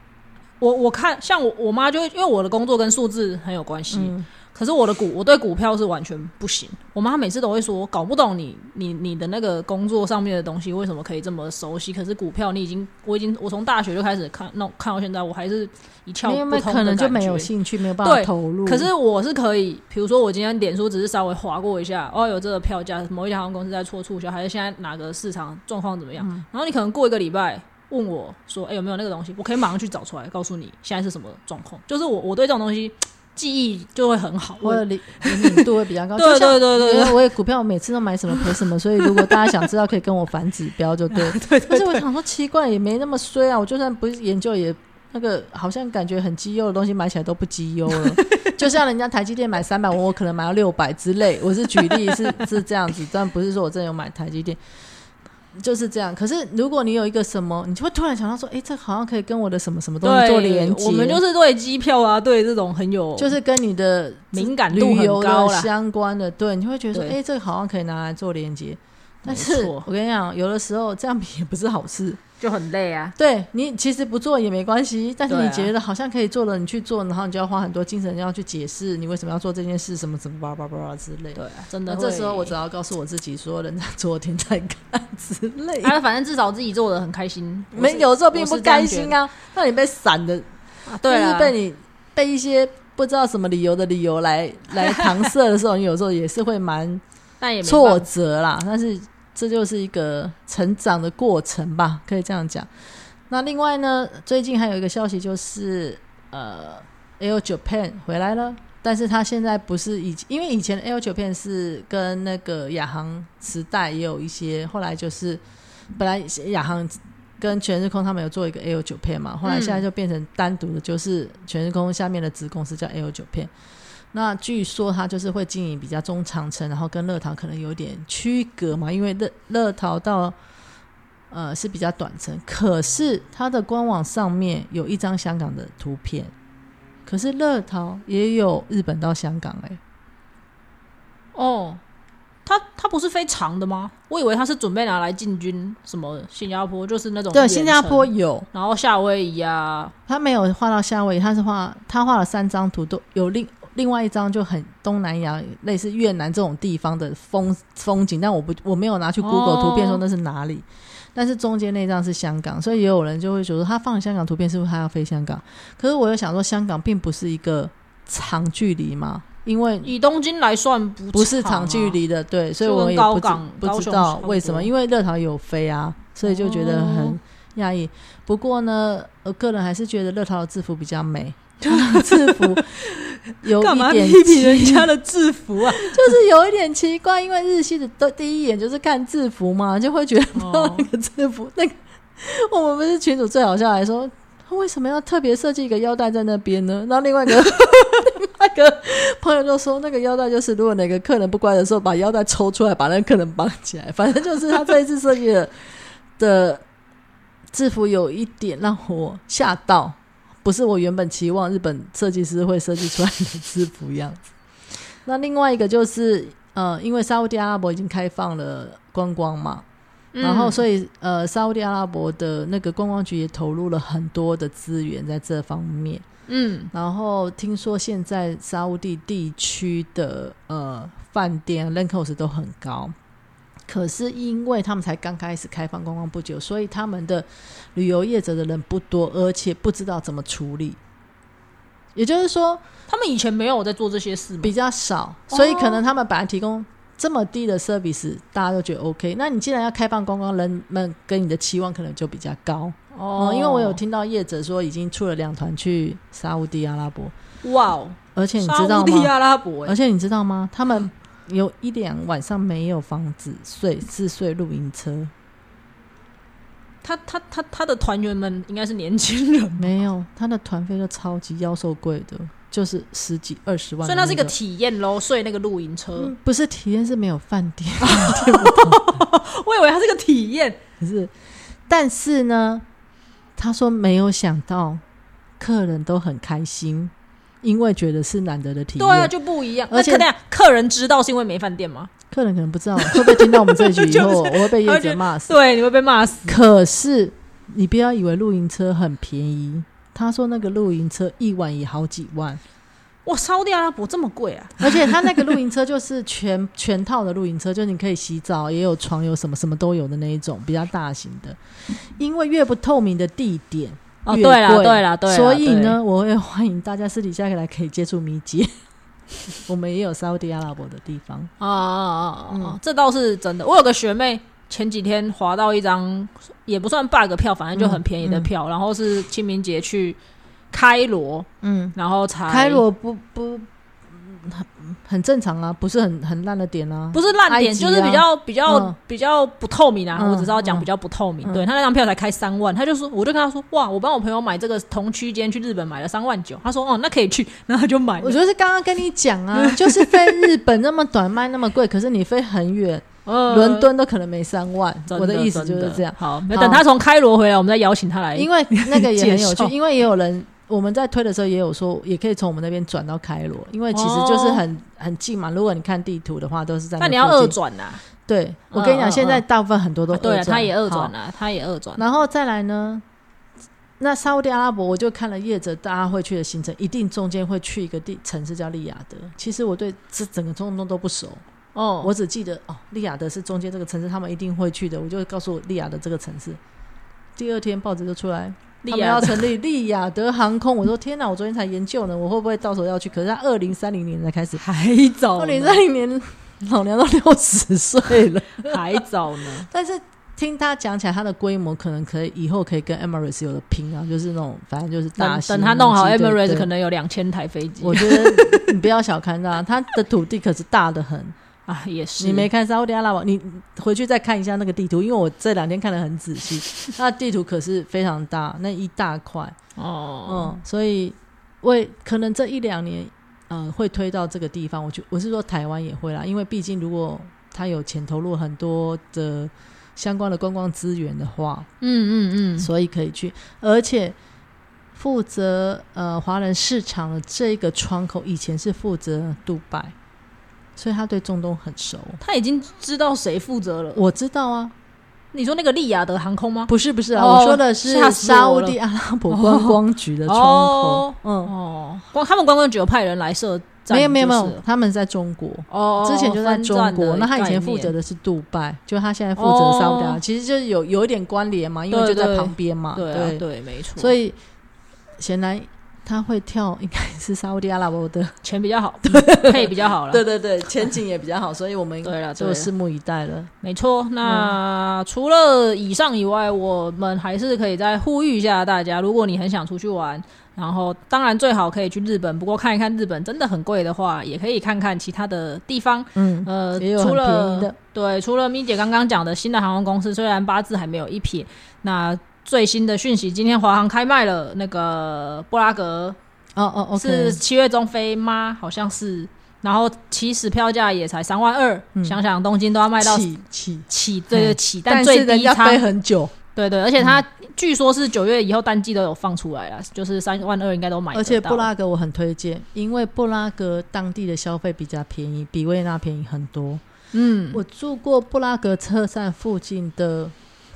[SPEAKER 1] 我我看像我我妈就会因为我的工作跟数字很有关系，
[SPEAKER 2] 嗯，
[SPEAKER 1] 可是我的股，我对股票是完全不行。我妈每次都会说，我搞不懂你你你的那个工作上面的东西为什么可以这么熟悉，可是股票你已经，我已经我从大学就开始看，那看到现在我还是一窍
[SPEAKER 2] 因为
[SPEAKER 1] 不通的
[SPEAKER 2] 可能就
[SPEAKER 1] 感
[SPEAKER 2] 没有
[SPEAKER 1] 觉
[SPEAKER 2] 兴趣，没有办法
[SPEAKER 1] 对
[SPEAKER 2] 投入。
[SPEAKER 1] 可是我是可以，比如说我今天脸书只是稍微划过一下，哦，有这个票价，某一家航空公司在做促销，还是现在哪个市场状况怎么样？
[SPEAKER 2] 嗯
[SPEAKER 1] 然后你可能过一个礼拜问我说，哎、有没有那个东西？我可以马上去找出来，告诉你现在是什么状况。就是我我对这种东西记忆就会很好。
[SPEAKER 2] 我
[SPEAKER 1] 我
[SPEAKER 2] 的灵灵敏度会比较高。
[SPEAKER 1] 对
[SPEAKER 2] 就像
[SPEAKER 1] 对对对对
[SPEAKER 2] 因为我也股票，我每次都买什么赔什么，所以如果大家想知道，可以跟我反指标就 对。对但是我想说，奇怪，也没那么衰啊，我就算不是研究也。那个好像感觉很绩优的东西买起来都不绩优 了，就像人家台积电买三百，我可能买到六百之类。我是举例 是是这样子，但不是说我真的有买台积电，就是这样。可是如果你有一个什么，你就会突然想到说，哎、这好像可以跟我的什么什么东西
[SPEAKER 1] 对
[SPEAKER 2] 做连接。
[SPEAKER 1] 我们就是对机票啊，对这种很有
[SPEAKER 2] 就是跟你的
[SPEAKER 1] 敏感度
[SPEAKER 2] 旅
[SPEAKER 1] 很
[SPEAKER 2] 游
[SPEAKER 1] 高
[SPEAKER 2] 的
[SPEAKER 1] 啦。
[SPEAKER 2] 相关的，对，你会觉得说，
[SPEAKER 1] 对
[SPEAKER 2] 哎、这个好像可以拿来做连接。但
[SPEAKER 1] 没
[SPEAKER 2] 是
[SPEAKER 1] 错
[SPEAKER 2] 我跟你讲，有的时候这样比也不是好事。
[SPEAKER 1] 就很累啊。
[SPEAKER 2] 对你其实不做也没关系，但是
[SPEAKER 1] 对啊
[SPEAKER 2] 你觉得好像可以做了，你去做，然后你就要花很多精神要去解释你为什么要做这件事，什么什么巴拉巴拉巴拉之类的。
[SPEAKER 1] 对啊，真的
[SPEAKER 2] 那
[SPEAKER 1] 会。
[SPEAKER 2] 这时候我只要告诉我自己说，人家昨天在干之类的，
[SPEAKER 1] 啊，反正至少自己做的很开心。我
[SPEAKER 2] 哎没
[SPEAKER 1] 是
[SPEAKER 2] 有时候并
[SPEAKER 1] 我是
[SPEAKER 2] 不
[SPEAKER 1] 这样
[SPEAKER 2] 开
[SPEAKER 1] 觉
[SPEAKER 2] 心
[SPEAKER 1] 得
[SPEAKER 2] 啊。那你被闪的
[SPEAKER 1] 啊，对
[SPEAKER 2] 就
[SPEAKER 1] 啊
[SPEAKER 2] 是被你被一些不知道什么理由的理由 来来搪塞的时候，你有时候也是会蛮
[SPEAKER 1] 但也没办
[SPEAKER 2] 挫
[SPEAKER 1] 法
[SPEAKER 2] 折啦。但是这就是一个成长的过程吧，可以这样讲。那另外呢，最近还有一个消息就是，呃，Air Japan 回来了，但是它现在不是以因为以前 Air Japan 是跟那个亚航时代也有一些，后来就是本来亚航跟全日空他们有做一个 Air Japan 嘛，后来现在就变成单独的，就是全日空下面的子公司叫 Air Japan。那据说它就是会经营比较中长程，然后跟乐淘可能有点区隔嘛，因为乐乐淘到呃是比较短程，可是它的官网上面有一张香港的图片，可是乐淘也有日本到香港哎、
[SPEAKER 1] 哦。他他不是飞长的吗？我以为他是准备拿来进军什么新加坡，就是那种
[SPEAKER 2] 对，
[SPEAKER 1] 远
[SPEAKER 2] 新加坡
[SPEAKER 1] 程，
[SPEAKER 2] 有，
[SPEAKER 1] 然后夏威夷啊，
[SPEAKER 2] 他没有画到夏威夷，他是画他画了三张图，都有另另外一张就很东南亚，类似越南这种地方的风风景，但我不我没有拿去 Google
[SPEAKER 1] 哦
[SPEAKER 2] 图片说那是哪里，但是中间那张是香港，所以也有人就会觉得他放了香港图片是不是他要飞香港？可是我又想说，香港并不是一个长距离嘛，因为
[SPEAKER 1] 以东京来算不
[SPEAKER 2] 不是
[SPEAKER 1] 长
[SPEAKER 2] 长
[SPEAKER 1] 啊
[SPEAKER 2] 距，离的，对，所以
[SPEAKER 1] 就
[SPEAKER 2] 我
[SPEAKER 1] 跟
[SPEAKER 2] 也
[SPEAKER 1] 高
[SPEAKER 2] 不知
[SPEAKER 1] 港
[SPEAKER 2] 不
[SPEAKER 1] 高
[SPEAKER 2] 知
[SPEAKER 1] 雄差
[SPEAKER 2] 道
[SPEAKER 1] 不
[SPEAKER 2] 为什么，
[SPEAKER 1] 多
[SPEAKER 2] 因为乐桃有飞啊，所以就觉得很
[SPEAKER 1] 哦
[SPEAKER 2] 讶异。不过呢，我个人还是觉得乐桃的制服比较 美，它的制服有
[SPEAKER 1] 干
[SPEAKER 2] 一
[SPEAKER 1] 嘛
[SPEAKER 2] 点
[SPEAKER 1] 批评
[SPEAKER 2] 奇
[SPEAKER 1] 人家的制服啊？
[SPEAKER 2] 就是有一点奇怪，因为日系的都第一眼就是看制服嘛，就会觉得不知道
[SPEAKER 1] 哦
[SPEAKER 2] 那个制服、那个。我们不是群主最好笑，还说他为什么要特别设计一个腰带在那边呢？然后另外一个 另外一个朋友就说，那个腰带就是如果哪个客人不乖的时候，把腰带抽出来，把那个客人绑起来。反正就是他这一次设计的的制服有一点让我吓到，不是我原本期望日本设计师会设计出来的制服样子。那另外一个就是，呃，因为沙烏地阿拉伯已经开放了观光嘛，然后所以呃，沙烏地阿拉伯的那个观光局也投入了很多的资源在这方面。
[SPEAKER 1] 嗯，
[SPEAKER 2] 然后听说现在沙烏地地区的呃饭店 rent cost 都很高，可是因为他们才刚开始开放观光不久，所以他们的旅游业者的人不多，而且不知道怎么处理。也就是说，
[SPEAKER 1] 他们以前没有在做这些事吗？
[SPEAKER 2] 比较少，
[SPEAKER 1] 哦
[SPEAKER 2] 所以可能他们本来提供这么低的 service，大家都觉得 OK。那你既然要开放观光，人们跟你的期望可能就比较高哦、因为我有听到业者说已经出了两团去沙乌地阿拉伯，
[SPEAKER 1] 哇哦，
[SPEAKER 2] 而且你
[SPEAKER 1] 沙
[SPEAKER 2] 知道
[SPEAKER 1] 烏地
[SPEAKER 2] 吗？
[SPEAKER 1] 阿拉伯、欸
[SPEAKER 2] 而，且你知道吗？他们有一两晚上没有房子睡，是睡露营车，
[SPEAKER 1] 他他他他的团员们应该是年 轻人，
[SPEAKER 2] 没有他的团费都超级妖兽贵的，就是十几二十万的
[SPEAKER 1] 所以
[SPEAKER 2] 那
[SPEAKER 1] 那是一个体验喽，睡那个露营车，
[SPEAKER 2] 嗯不是体验是没有饭店。
[SPEAKER 1] 我以为它是个体验，
[SPEAKER 2] 可是，但是呢，他说没有想到客人都很开心，因为觉得是难得的体验。
[SPEAKER 1] 对啊，就不一样。
[SPEAKER 2] 而
[SPEAKER 1] 那
[SPEAKER 2] 且
[SPEAKER 1] 可能客人知道是因为没饭店吗？
[SPEAKER 2] 客人可能不知道会不会听到我们这一局以后，
[SPEAKER 1] 就
[SPEAKER 2] 我会被
[SPEAKER 1] 他
[SPEAKER 2] 业
[SPEAKER 1] 会觉
[SPEAKER 2] 者
[SPEAKER 1] 得
[SPEAKER 2] 骂死。
[SPEAKER 1] 对，你会被骂死。
[SPEAKER 2] 可是你不要以为露营车很便宜，他说那个露营车一晚也好几万，
[SPEAKER 1] 哇，沙烏地阿拉伯这么贵啊！
[SPEAKER 2] 而且他那个露营车就是全 全套的露营车，就是你可以洗澡，也有床，有什么什么都有的那一种比较大型的。因为越不透明的地点，
[SPEAKER 1] 哦，
[SPEAKER 2] 越
[SPEAKER 1] 对啦，
[SPEAKER 2] 贵
[SPEAKER 1] 对啦，对啦。
[SPEAKER 2] 所以
[SPEAKER 1] 对，
[SPEAKER 2] 呢，我也欢迎大家私底下来可以接触 米姐，我们也有沙烏地阿拉伯的地方。
[SPEAKER 1] 啊啊啊啊
[SPEAKER 2] 嗯
[SPEAKER 1] 啊！这倒是真的。我有个学妹前几天划到一张，也不算 bug 票，反正就很便宜的票，然后是清明节去开罗，
[SPEAKER 2] 嗯，
[SPEAKER 1] 然后才
[SPEAKER 2] 开罗不不很很正常啊，不是很很烂的点啊。
[SPEAKER 1] 不是烂点，
[SPEAKER 2] 埃及啊
[SPEAKER 1] 就是比较比较、
[SPEAKER 2] 嗯
[SPEAKER 1] 比较不透明啊。
[SPEAKER 2] 嗯
[SPEAKER 1] 我只知道
[SPEAKER 2] 嗯
[SPEAKER 1] 讲比较不透明。
[SPEAKER 2] 嗯
[SPEAKER 1] 对他那张票才开三万，他就说，我就跟他说，哇，我帮我朋友买这个同区间去日本买了三万九，他说哦，那可以去，然后他就买了
[SPEAKER 2] 我。就是刚刚跟你讲 啊，就是飞日本那么短，卖那么贵，可是你飞很远，
[SPEAKER 1] 呃
[SPEAKER 2] 伦、敦都可能没三万。
[SPEAKER 1] 真
[SPEAKER 2] 我意思
[SPEAKER 1] 真
[SPEAKER 2] 就是这样，
[SPEAKER 1] 好，
[SPEAKER 2] 好
[SPEAKER 1] 等他从开罗回来，我们再邀请他来。
[SPEAKER 2] 因为那个也很有趣
[SPEAKER 1] 哎 介绍，
[SPEAKER 2] 因为也有人我们在推的时候也有说，也可以从我们那边转到开罗，因为其实就是很、很近嘛。如果你看地图的话，都是在
[SPEAKER 1] 哦那你
[SPEAKER 2] 附
[SPEAKER 1] 要二
[SPEAKER 2] 近
[SPEAKER 1] 转呐，
[SPEAKER 2] 对，我跟你
[SPEAKER 1] 嗯
[SPEAKER 2] 讲，
[SPEAKER 1] 嗯
[SPEAKER 2] 现在大部分很多都
[SPEAKER 1] 啊对啊，
[SPEAKER 2] 转
[SPEAKER 1] 他也二
[SPEAKER 2] 好
[SPEAKER 1] 转啊，他也二转。
[SPEAKER 2] 然后再来呢，那沙烏地阿拉伯，我就看了业者大家会去的行程，一定中间会去一个地城市叫利雅得。其实我对这整个中东都不熟，
[SPEAKER 1] 哦，
[SPEAKER 2] 我只记得哦，利雅得是中间这个城市，他们一定会去的。我就告诉我利雅得这个城市。第二天报纸就出来，他
[SPEAKER 1] 利
[SPEAKER 2] 们
[SPEAKER 1] 亚
[SPEAKER 2] 要成立利雅得航空。我说天哪，我昨天才研究呢，我会不会到时候要去？可是他二零三零年才开始，
[SPEAKER 1] 还早
[SPEAKER 2] 二
[SPEAKER 1] 呢，
[SPEAKER 2] 零三零年老娘都六十岁了。
[SPEAKER 1] 还早呢。
[SPEAKER 2] 但是听他讲起来，它的规模可能可以以后可以跟 Emirates 有的拼啊，就是那种反正就是大
[SPEAKER 1] 等
[SPEAKER 2] 型
[SPEAKER 1] 等他弄好
[SPEAKER 2] 机对对
[SPEAKER 1] Emirates，可能有两千台飞机
[SPEAKER 2] 我觉得你不要小看它，它的土地可是大的很。
[SPEAKER 1] 啊，也 是。
[SPEAKER 2] 你没看沙特阿拉伯，你回去再看一下那个地图，因为我这两天看的很仔细，它的地图可是非常大，那一大块，
[SPEAKER 1] 哦，
[SPEAKER 2] 嗯，所以为可能这一两年，呃，会推到这个地方。我觉我是说台湾也会啦，因为毕竟如果它有钱投入很多的相关的观光资源的话，
[SPEAKER 1] 嗯嗯嗯，
[SPEAKER 2] 所以可以去。而且负责呃华人市场的这个窗口，以前是负责杜拜，所以他对中东很熟。
[SPEAKER 1] 他已经知道谁负责了。
[SPEAKER 2] 我知道啊，
[SPEAKER 1] 你说那个利雅得航空吗？
[SPEAKER 2] 不是不是啊，
[SPEAKER 1] 哦
[SPEAKER 2] 我说的是
[SPEAKER 1] 吓死
[SPEAKER 2] 沙
[SPEAKER 1] 我
[SPEAKER 2] 乌
[SPEAKER 1] 了
[SPEAKER 2] 地阿拉伯观光局的窗口。
[SPEAKER 1] 哦
[SPEAKER 2] 嗯，
[SPEAKER 1] 哦，光他们观光局有派人来设站
[SPEAKER 2] 没有没有没
[SPEAKER 1] 就是
[SPEAKER 2] 有
[SPEAKER 1] 了，
[SPEAKER 2] 他们在中国，
[SPEAKER 1] 哦，
[SPEAKER 2] 之前就在
[SPEAKER 1] 分
[SPEAKER 2] 中
[SPEAKER 1] 站
[SPEAKER 2] 国，
[SPEAKER 1] 的
[SPEAKER 2] 那他以前
[SPEAKER 1] 概
[SPEAKER 2] 负责
[SPEAKER 1] 念
[SPEAKER 2] 的是杜拜，就他现在负责沙特、
[SPEAKER 1] 哦
[SPEAKER 2] 其实就是有有一点关联嘛，因为
[SPEAKER 1] 对
[SPEAKER 2] 就在
[SPEAKER 1] 对
[SPEAKER 2] 旁边嘛，
[SPEAKER 1] 对啊对，没错，
[SPEAKER 2] 所以显然他会跳，应该是沙特阿拉伯的，
[SPEAKER 1] 钱比较好，嗯配比较好了。
[SPEAKER 2] 对对，前景也比较好，所以我们
[SPEAKER 1] 对了，
[SPEAKER 2] 就
[SPEAKER 1] 对啦
[SPEAKER 2] 拭目以待了。
[SPEAKER 1] 没错。
[SPEAKER 2] 嗯
[SPEAKER 1] 那除了以上以外，我们还是可以再呼吁一下大家，如果你很想出去玩，然后当然最好可以去日本，不过看一看日本真的很贵的话，也可以看看其他的地方。
[SPEAKER 2] 嗯，
[SPEAKER 1] 呃，
[SPEAKER 2] 也有很
[SPEAKER 1] 除
[SPEAKER 2] 便宜
[SPEAKER 1] 了
[SPEAKER 2] 的，
[SPEAKER 1] 对，除了咪姐刚刚讲的新的航空公司，虽然八字还没有一撇，那最新的讯息，今天华航开卖了那个布拉格
[SPEAKER 2] 哦哦，OK，
[SPEAKER 1] 是七月中飞吗？好像是，然后起始票价也才三万二、
[SPEAKER 2] 嗯
[SPEAKER 1] 想想东京都要卖到
[SPEAKER 2] 起起，
[SPEAKER 1] 起，对对
[SPEAKER 2] 嘿
[SPEAKER 1] 起，
[SPEAKER 2] 但
[SPEAKER 1] 最
[SPEAKER 2] 是人
[SPEAKER 1] 低
[SPEAKER 2] 家
[SPEAKER 1] 差
[SPEAKER 2] 飞很久，
[SPEAKER 1] 对对，而且它据说是九月以后淡季都有放出来了，就是三万二应该都买得到，
[SPEAKER 2] 而且布拉格我很推荐，因为布拉格当地的消费比较便宜，比维也纳便宜很多。
[SPEAKER 1] 嗯，
[SPEAKER 2] 我住过布拉格车站附近的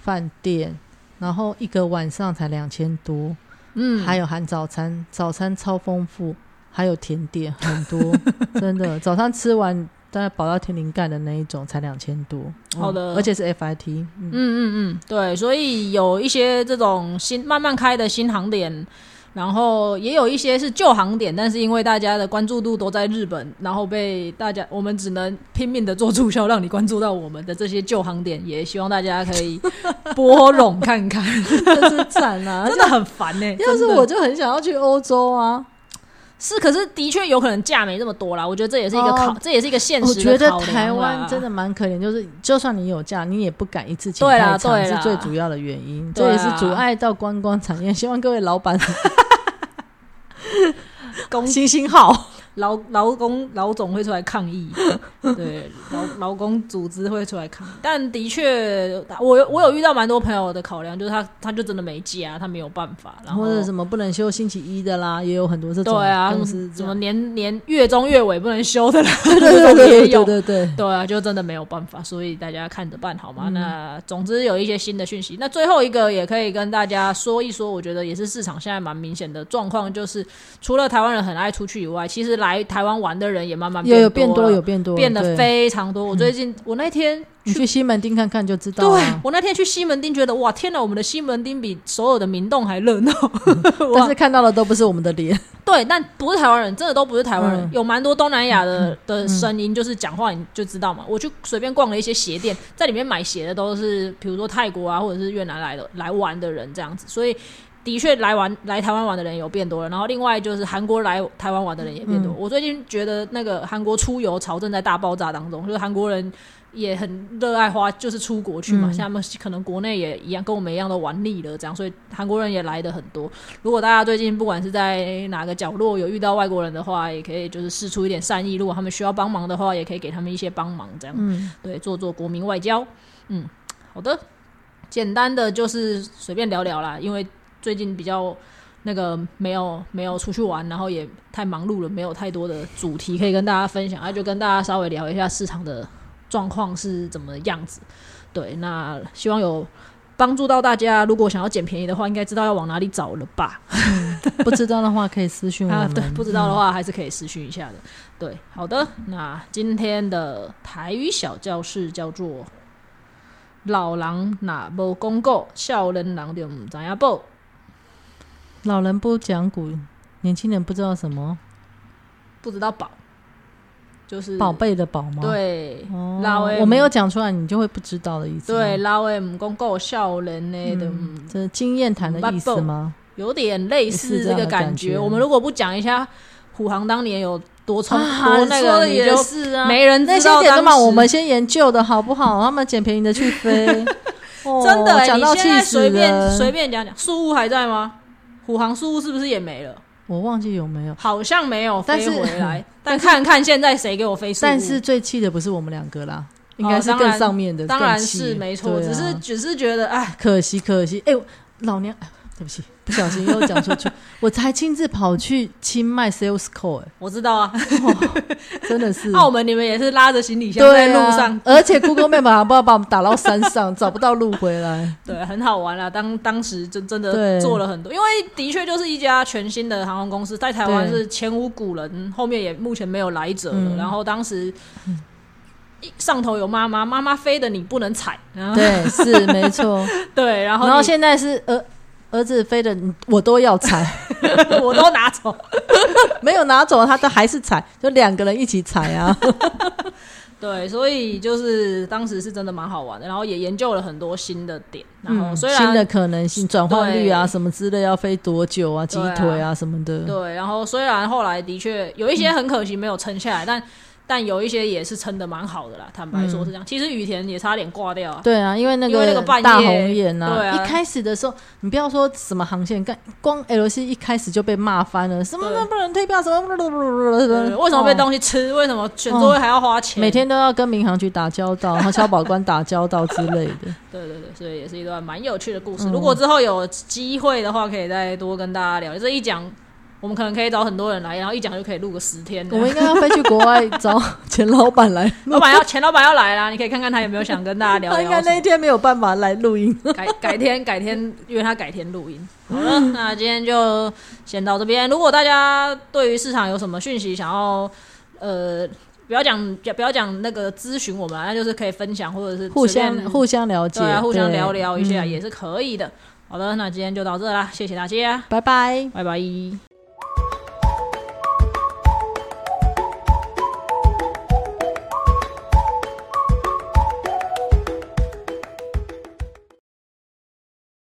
[SPEAKER 2] 饭店，然后一个晚上才两千多，
[SPEAKER 1] 嗯
[SPEAKER 2] 还有含早餐，早餐超丰富，还有甜点很 多，真的，早餐吃完大概饱到天灵盖的那一种才两千多，嗯
[SPEAKER 1] 好的
[SPEAKER 2] 而且是 FIT，嗯，
[SPEAKER 1] 嗯嗯嗯，对，所以有一些这种新慢慢开的新航点，然后也有一些是旧航点，但是因为大家的关注度都在日本，然后被大家我们只能拼命的做促销，让你关注到我们的这些旧航点，也希望大家可以 拨冗 看看，
[SPEAKER 2] 真是惨 啊！
[SPEAKER 1] 真的很烦呢、欸
[SPEAKER 2] 要是
[SPEAKER 1] 真的
[SPEAKER 2] 我就很想要去欧洲啊，
[SPEAKER 1] 是，可是的确有可能价没这么多啦，我觉得这也是一个考，
[SPEAKER 2] 哦
[SPEAKER 1] 这也是一个现
[SPEAKER 2] 我
[SPEAKER 1] 实的
[SPEAKER 2] 觉得
[SPEAKER 1] 考量
[SPEAKER 2] 台
[SPEAKER 1] 啦
[SPEAKER 2] 湾真的蛮可怜，就是就算你有假，你也不敢一次请
[SPEAKER 1] 对啦
[SPEAKER 2] 太长，
[SPEAKER 1] 对
[SPEAKER 2] 是
[SPEAKER 1] 啦
[SPEAKER 2] 最主要的原因，
[SPEAKER 1] 对
[SPEAKER 2] 这也是
[SPEAKER 1] 啊
[SPEAKER 2] 阻碍到观光产 业。希望各位老板
[SPEAKER 1] 公
[SPEAKER 2] 星星好，
[SPEAKER 1] 劳劳工老总会出来抗议，对，劳劳工组织会出来抗议。但的确，我有我有遇到蛮多朋友的考量，就是他他就真的没假，他没有办法，然后
[SPEAKER 2] 或者什么不能休星期一的啦，也有很多这种
[SPEAKER 1] 对啊，
[SPEAKER 2] 公
[SPEAKER 1] 什
[SPEAKER 2] 司
[SPEAKER 1] 么
[SPEAKER 2] 这
[SPEAKER 1] 什
[SPEAKER 2] 样
[SPEAKER 1] 么 年年月中月尾不能休的啦，
[SPEAKER 2] 对对对
[SPEAKER 1] 这种也
[SPEAKER 2] 对
[SPEAKER 1] 有
[SPEAKER 2] 对对对，
[SPEAKER 1] 对啊，就真的没有办法，所以大家看着办好
[SPEAKER 2] 嗯
[SPEAKER 1] 吗？那总之有一些新的讯息。那最后一个也可以跟大家说一说，我觉得也是市场现在蛮明显的状况，就是除了台湾人很爱出去以外，其实来台湾玩的人也慢慢
[SPEAKER 2] 有有变
[SPEAKER 1] 多
[SPEAKER 2] 多
[SPEAKER 1] 了
[SPEAKER 2] 有变多，
[SPEAKER 1] 变得
[SPEAKER 2] 对。
[SPEAKER 1] 非常多。我最近、我那天
[SPEAKER 2] 你
[SPEAKER 1] 去，
[SPEAKER 2] 去西门町看看就知道啊
[SPEAKER 1] 对
[SPEAKER 2] 了。
[SPEAKER 1] 我那天去西门町，觉得哇天哪，我们的西门町比所有的明洞还热闹。
[SPEAKER 2] 但是看到的都不是我们的脸，
[SPEAKER 1] 对，但不是台湾人，真的都不是台湾人，
[SPEAKER 2] 嗯
[SPEAKER 1] 有蛮多东南亚的、的声音，就是讲话你就知道嘛。我去随便逛了一些鞋店，在里面买鞋的都是比如说泰国啊，或者是越南来的来玩的人这样子，所以。的确，来玩来台湾玩的人有变多了，然后另外就是韩国来台湾玩的人也变多。我最近觉得那个韩国出游潮正在大爆炸当中，就是韩国人也很热爱花，就是出国去嘛。像他们可能国内也一样，跟我们一样都玩腻了，这样，所以韩国人也来的很多。如果大家最近不管是在哪个角落有遇到外国人的话，也可以就是试出一点善意，如果他们需要帮忙的话，也可以给他们一些帮忙，这样，
[SPEAKER 2] 嗯，
[SPEAKER 1] 对，做做国民外交。嗯，好的，简单的就是随便聊聊啦，因为最近比较。那个没有没有出去玩，然后也太忙碌了，没有太多的主题可以跟大家分享，啊那就跟大家稍微聊一下市场的状况是怎么样子。对，那希望有帮助到大家。如果想要捡便宜的话，应该知道要往哪里找了吧？
[SPEAKER 2] 不知道的话可以私讯我
[SPEAKER 1] 啊，
[SPEAKER 2] 们。
[SPEAKER 1] 对，不知道的话还是可以私讯一下的。对，好的，那今天的台语小教室叫做“老人哪无公告，少人人就唔知影报
[SPEAKER 2] 老人不讲古，年轻人不知道什么
[SPEAKER 1] 不知道宝”，就是
[SPEAKER 2] 宝。贝的宝吗？
[SPEAKER 1] 对，
[SPEAKER 2] 哦，
[SPEAKER 1] 老的
[SPEAKER 2] 我没有讲出来，你就会不知道的意思吗。
[SPEAKER 1] 对老的唔公告，少人呢的唔
[SPEAKER 2] 嗯，这是经验谈的意思吗？
[SPEAKER 1] 有点类似这个
[SPEAKER 2] 也是
[SPEAKER 1] 感
[SPEAKER 2] 这样的感
[SPEAKER 1] 觉。
[SPEAKER 2] 觉
[SPEAKER 1] 我们如果不讲一下虎航当年有多冲
[SPEAKER 2] 啊
[SPEAKER 1] 多那
[SPEAKER 2] 说
[SPEAKER 1] 个，
[SPEAKER 2] 的
[SPEAKER 1] 你
[SPEAKER 2] 也
[SPEAKER 1] 就是
[SPEAKER 2] 啊
[SPEAKER 1] 没人
[SPEAKER 2] 那
[SPEAKER 1] 知
[SPEAKER 2] 些
[SPEAKER 1] 道
[SPEAKER 2] 点
[SPEAKER 1] 当
[SPEAKER 2] 都嘛，
[SPEAKER 1] 时
[SPEAKER 2] 我们先研究的好不好？他们捡便宜的去 飞，哦
[SPEAKER 1] 真的、欸，
[SPEAKER 2] 讲
[SPEAKER 1] 你
[SPEAKER 2] 到
[SPEAKER 1] 现
[SPEAKER 2] 气
[SPEAKER 1] 在
[SPEAKER 2] 死
[SPEAKER 1] 随便随
[SPEAKER 2] 人。
[SPEAKER 1] 便讲讲，宿务还在吗？虎航宿务是不是也没了？
[SPEAKER 2] 我忘记有没有，
[SPEAKER 1] 好像没有
[SPEAKER 2] 但
[SPEAKER 1] 飞
[SPEAKER 2] 是
[SPEAKER 1] 回来，但看看现在谁给我飞宿务哦
[SPEAKER 2] 但是最气的不是我们两个啦，应该是
[SPEAKER 1] 当
[SPEAKER 2] 更
[SPEAKER 1] 然
[SPEAKER 2] 上面的，
[SPEAKER 1] 当然
[SPEAKER 2] 更气
[SPEAKER 1] 是没错，
[SPEAKER 2] 对啊
[SPEAKER 1] 只是只是觉得哎，
[SPEAKER 2] 可惜可惜。哎，老娘对不起，不小心又讲出 去，我才亲自跑去清迈 sales call，哎、
[SPEAKER 1] 我知道啊，
[SPEAKER 2] 真的是
[SPEAKER 1] 澳门你们也是拉着行李箱在
[SPEAKER 2] 对
[SPEAKER 1] 路
[SPEAKER 2] 啊
[SPEAKER 1] 上，
[SPEAKER 2] 而且 Google Map 还不知道把我们打到山上，找不到路回 来。
[SPEAKER 1] 对，很好玩啦。当当时真真的
[SPEAKER 2] 对
[SPEAKER 1] 做了很多，因为的确就是一家全新的航空公司，在台湾
[SPEAKER 2] 对
[SPEAKER 1] 是前无古人，后面也目前没有来者了。
[SPEAKER 2] 嗯
[SPEAKER 1] 然后当时一上头有妈妈，妈妈飞的你不能踩，然后
[SPEAKER 2] 对，是没错。
[SPEAKER 1] 对，然后
[SPEAKER 2] 然后
[SPEAKER 1] 你
[SPEAKER 2] 现在是儿儿子飞的，你我都要 踩，
[SPEAKER 1] 我都拿走。
[SPEAKER 2] 没有拿走他都还是踩，就两个人一起踩啊。
[SPEAKER 1] 对，所以就是当时是真的蛮好玩的，然后也研究了很多新的点。然 后哦虽然、
[SPEAKER 2] 嗯新的可能性、转换率啊，
[SPEAKER 1] 对
[SPEAKER 2] 什么之类，要飞多久啊，几
[SPEAKER 1] 对啊
[SPEAKER 2] 腿啊什么 的。
[SPEAKER 1] 对，然后虽然后来的确有一些很可惜没有撑下来，但但有一些也是撑的蛮好的啦。坦白说是这样，其实羽田也差点挂掉啊。
[SPEAKER 2] 嗯对啊，因为那
[SPEAKER 1] 因为那个半夜
[SPEAKER 2] 大红眼
[SPEAKER 1] 对啊
[SPEAKER 2] 一开始的时候，你不要说什么航线，干光 L C 一开始就被骂翻了，什么
[SPEAKER 1] 对
[SPEAKER 2] 不能退票，什么
[SPEAKER 1] 对为什么被
[SPEAKER 2] 动？
[SPEAKER 1] 东西吃？为什么选座位还要花
[SPEAKER 2] 哦
[SPEAKER 1] 钱？
[SPEAKER 2] 每天都要跟民航局打交道，和消保官打交道之类的。
[SPEAKER 1] 对对对，所以也是一段蛮有趣的
[SPEAKER 2] 嗯
[SPEAKER 1] 故事。如果之后有机会的话，可以再多跟大家聊。这一讲，我们可能可以找很多人来，然后一讲就可以录个十天。
[SPEAKER 2] 我们应该要飞去国外找钱老板来
[SPEAKER 1] 老
[SPEAKER 2] 录，
[SPEAKER 1] 板要钱，老板要来啦，你可以看看他有没有想跟大家聊
[SPEAKER 2] 他 应
[SPEAKER 1] 聊
[SPEAKER 2] 该
[SPEAKER 1] 什
[SPEAKER 2] 那一
[SPEAKER 1] 么。
[SPEAKER 2] 天没有办法来录 音。
[SPEAKER 1] 改改天改天约他改天录音。好 了，那今天就先到这边。如果大家对于市场有什么讯息想要，呃。不要讲，不要讲那个咨询我们啊，那就是可以分享或者是
[SPEAKER 2] 互
[SPEAKER 1] 随便
[SPEAKER 2] 相互相了解，
[SPEAKER 1] 对啊，互相聊
[SPEAKER 2] 对嗯
[SPEAKER 1] 聊一下、也是可以的。好的，那今天就到这啦，谢谢大家，
[SPEAKER 2] 拜拜。
[SPEAKER 1] 拜拜。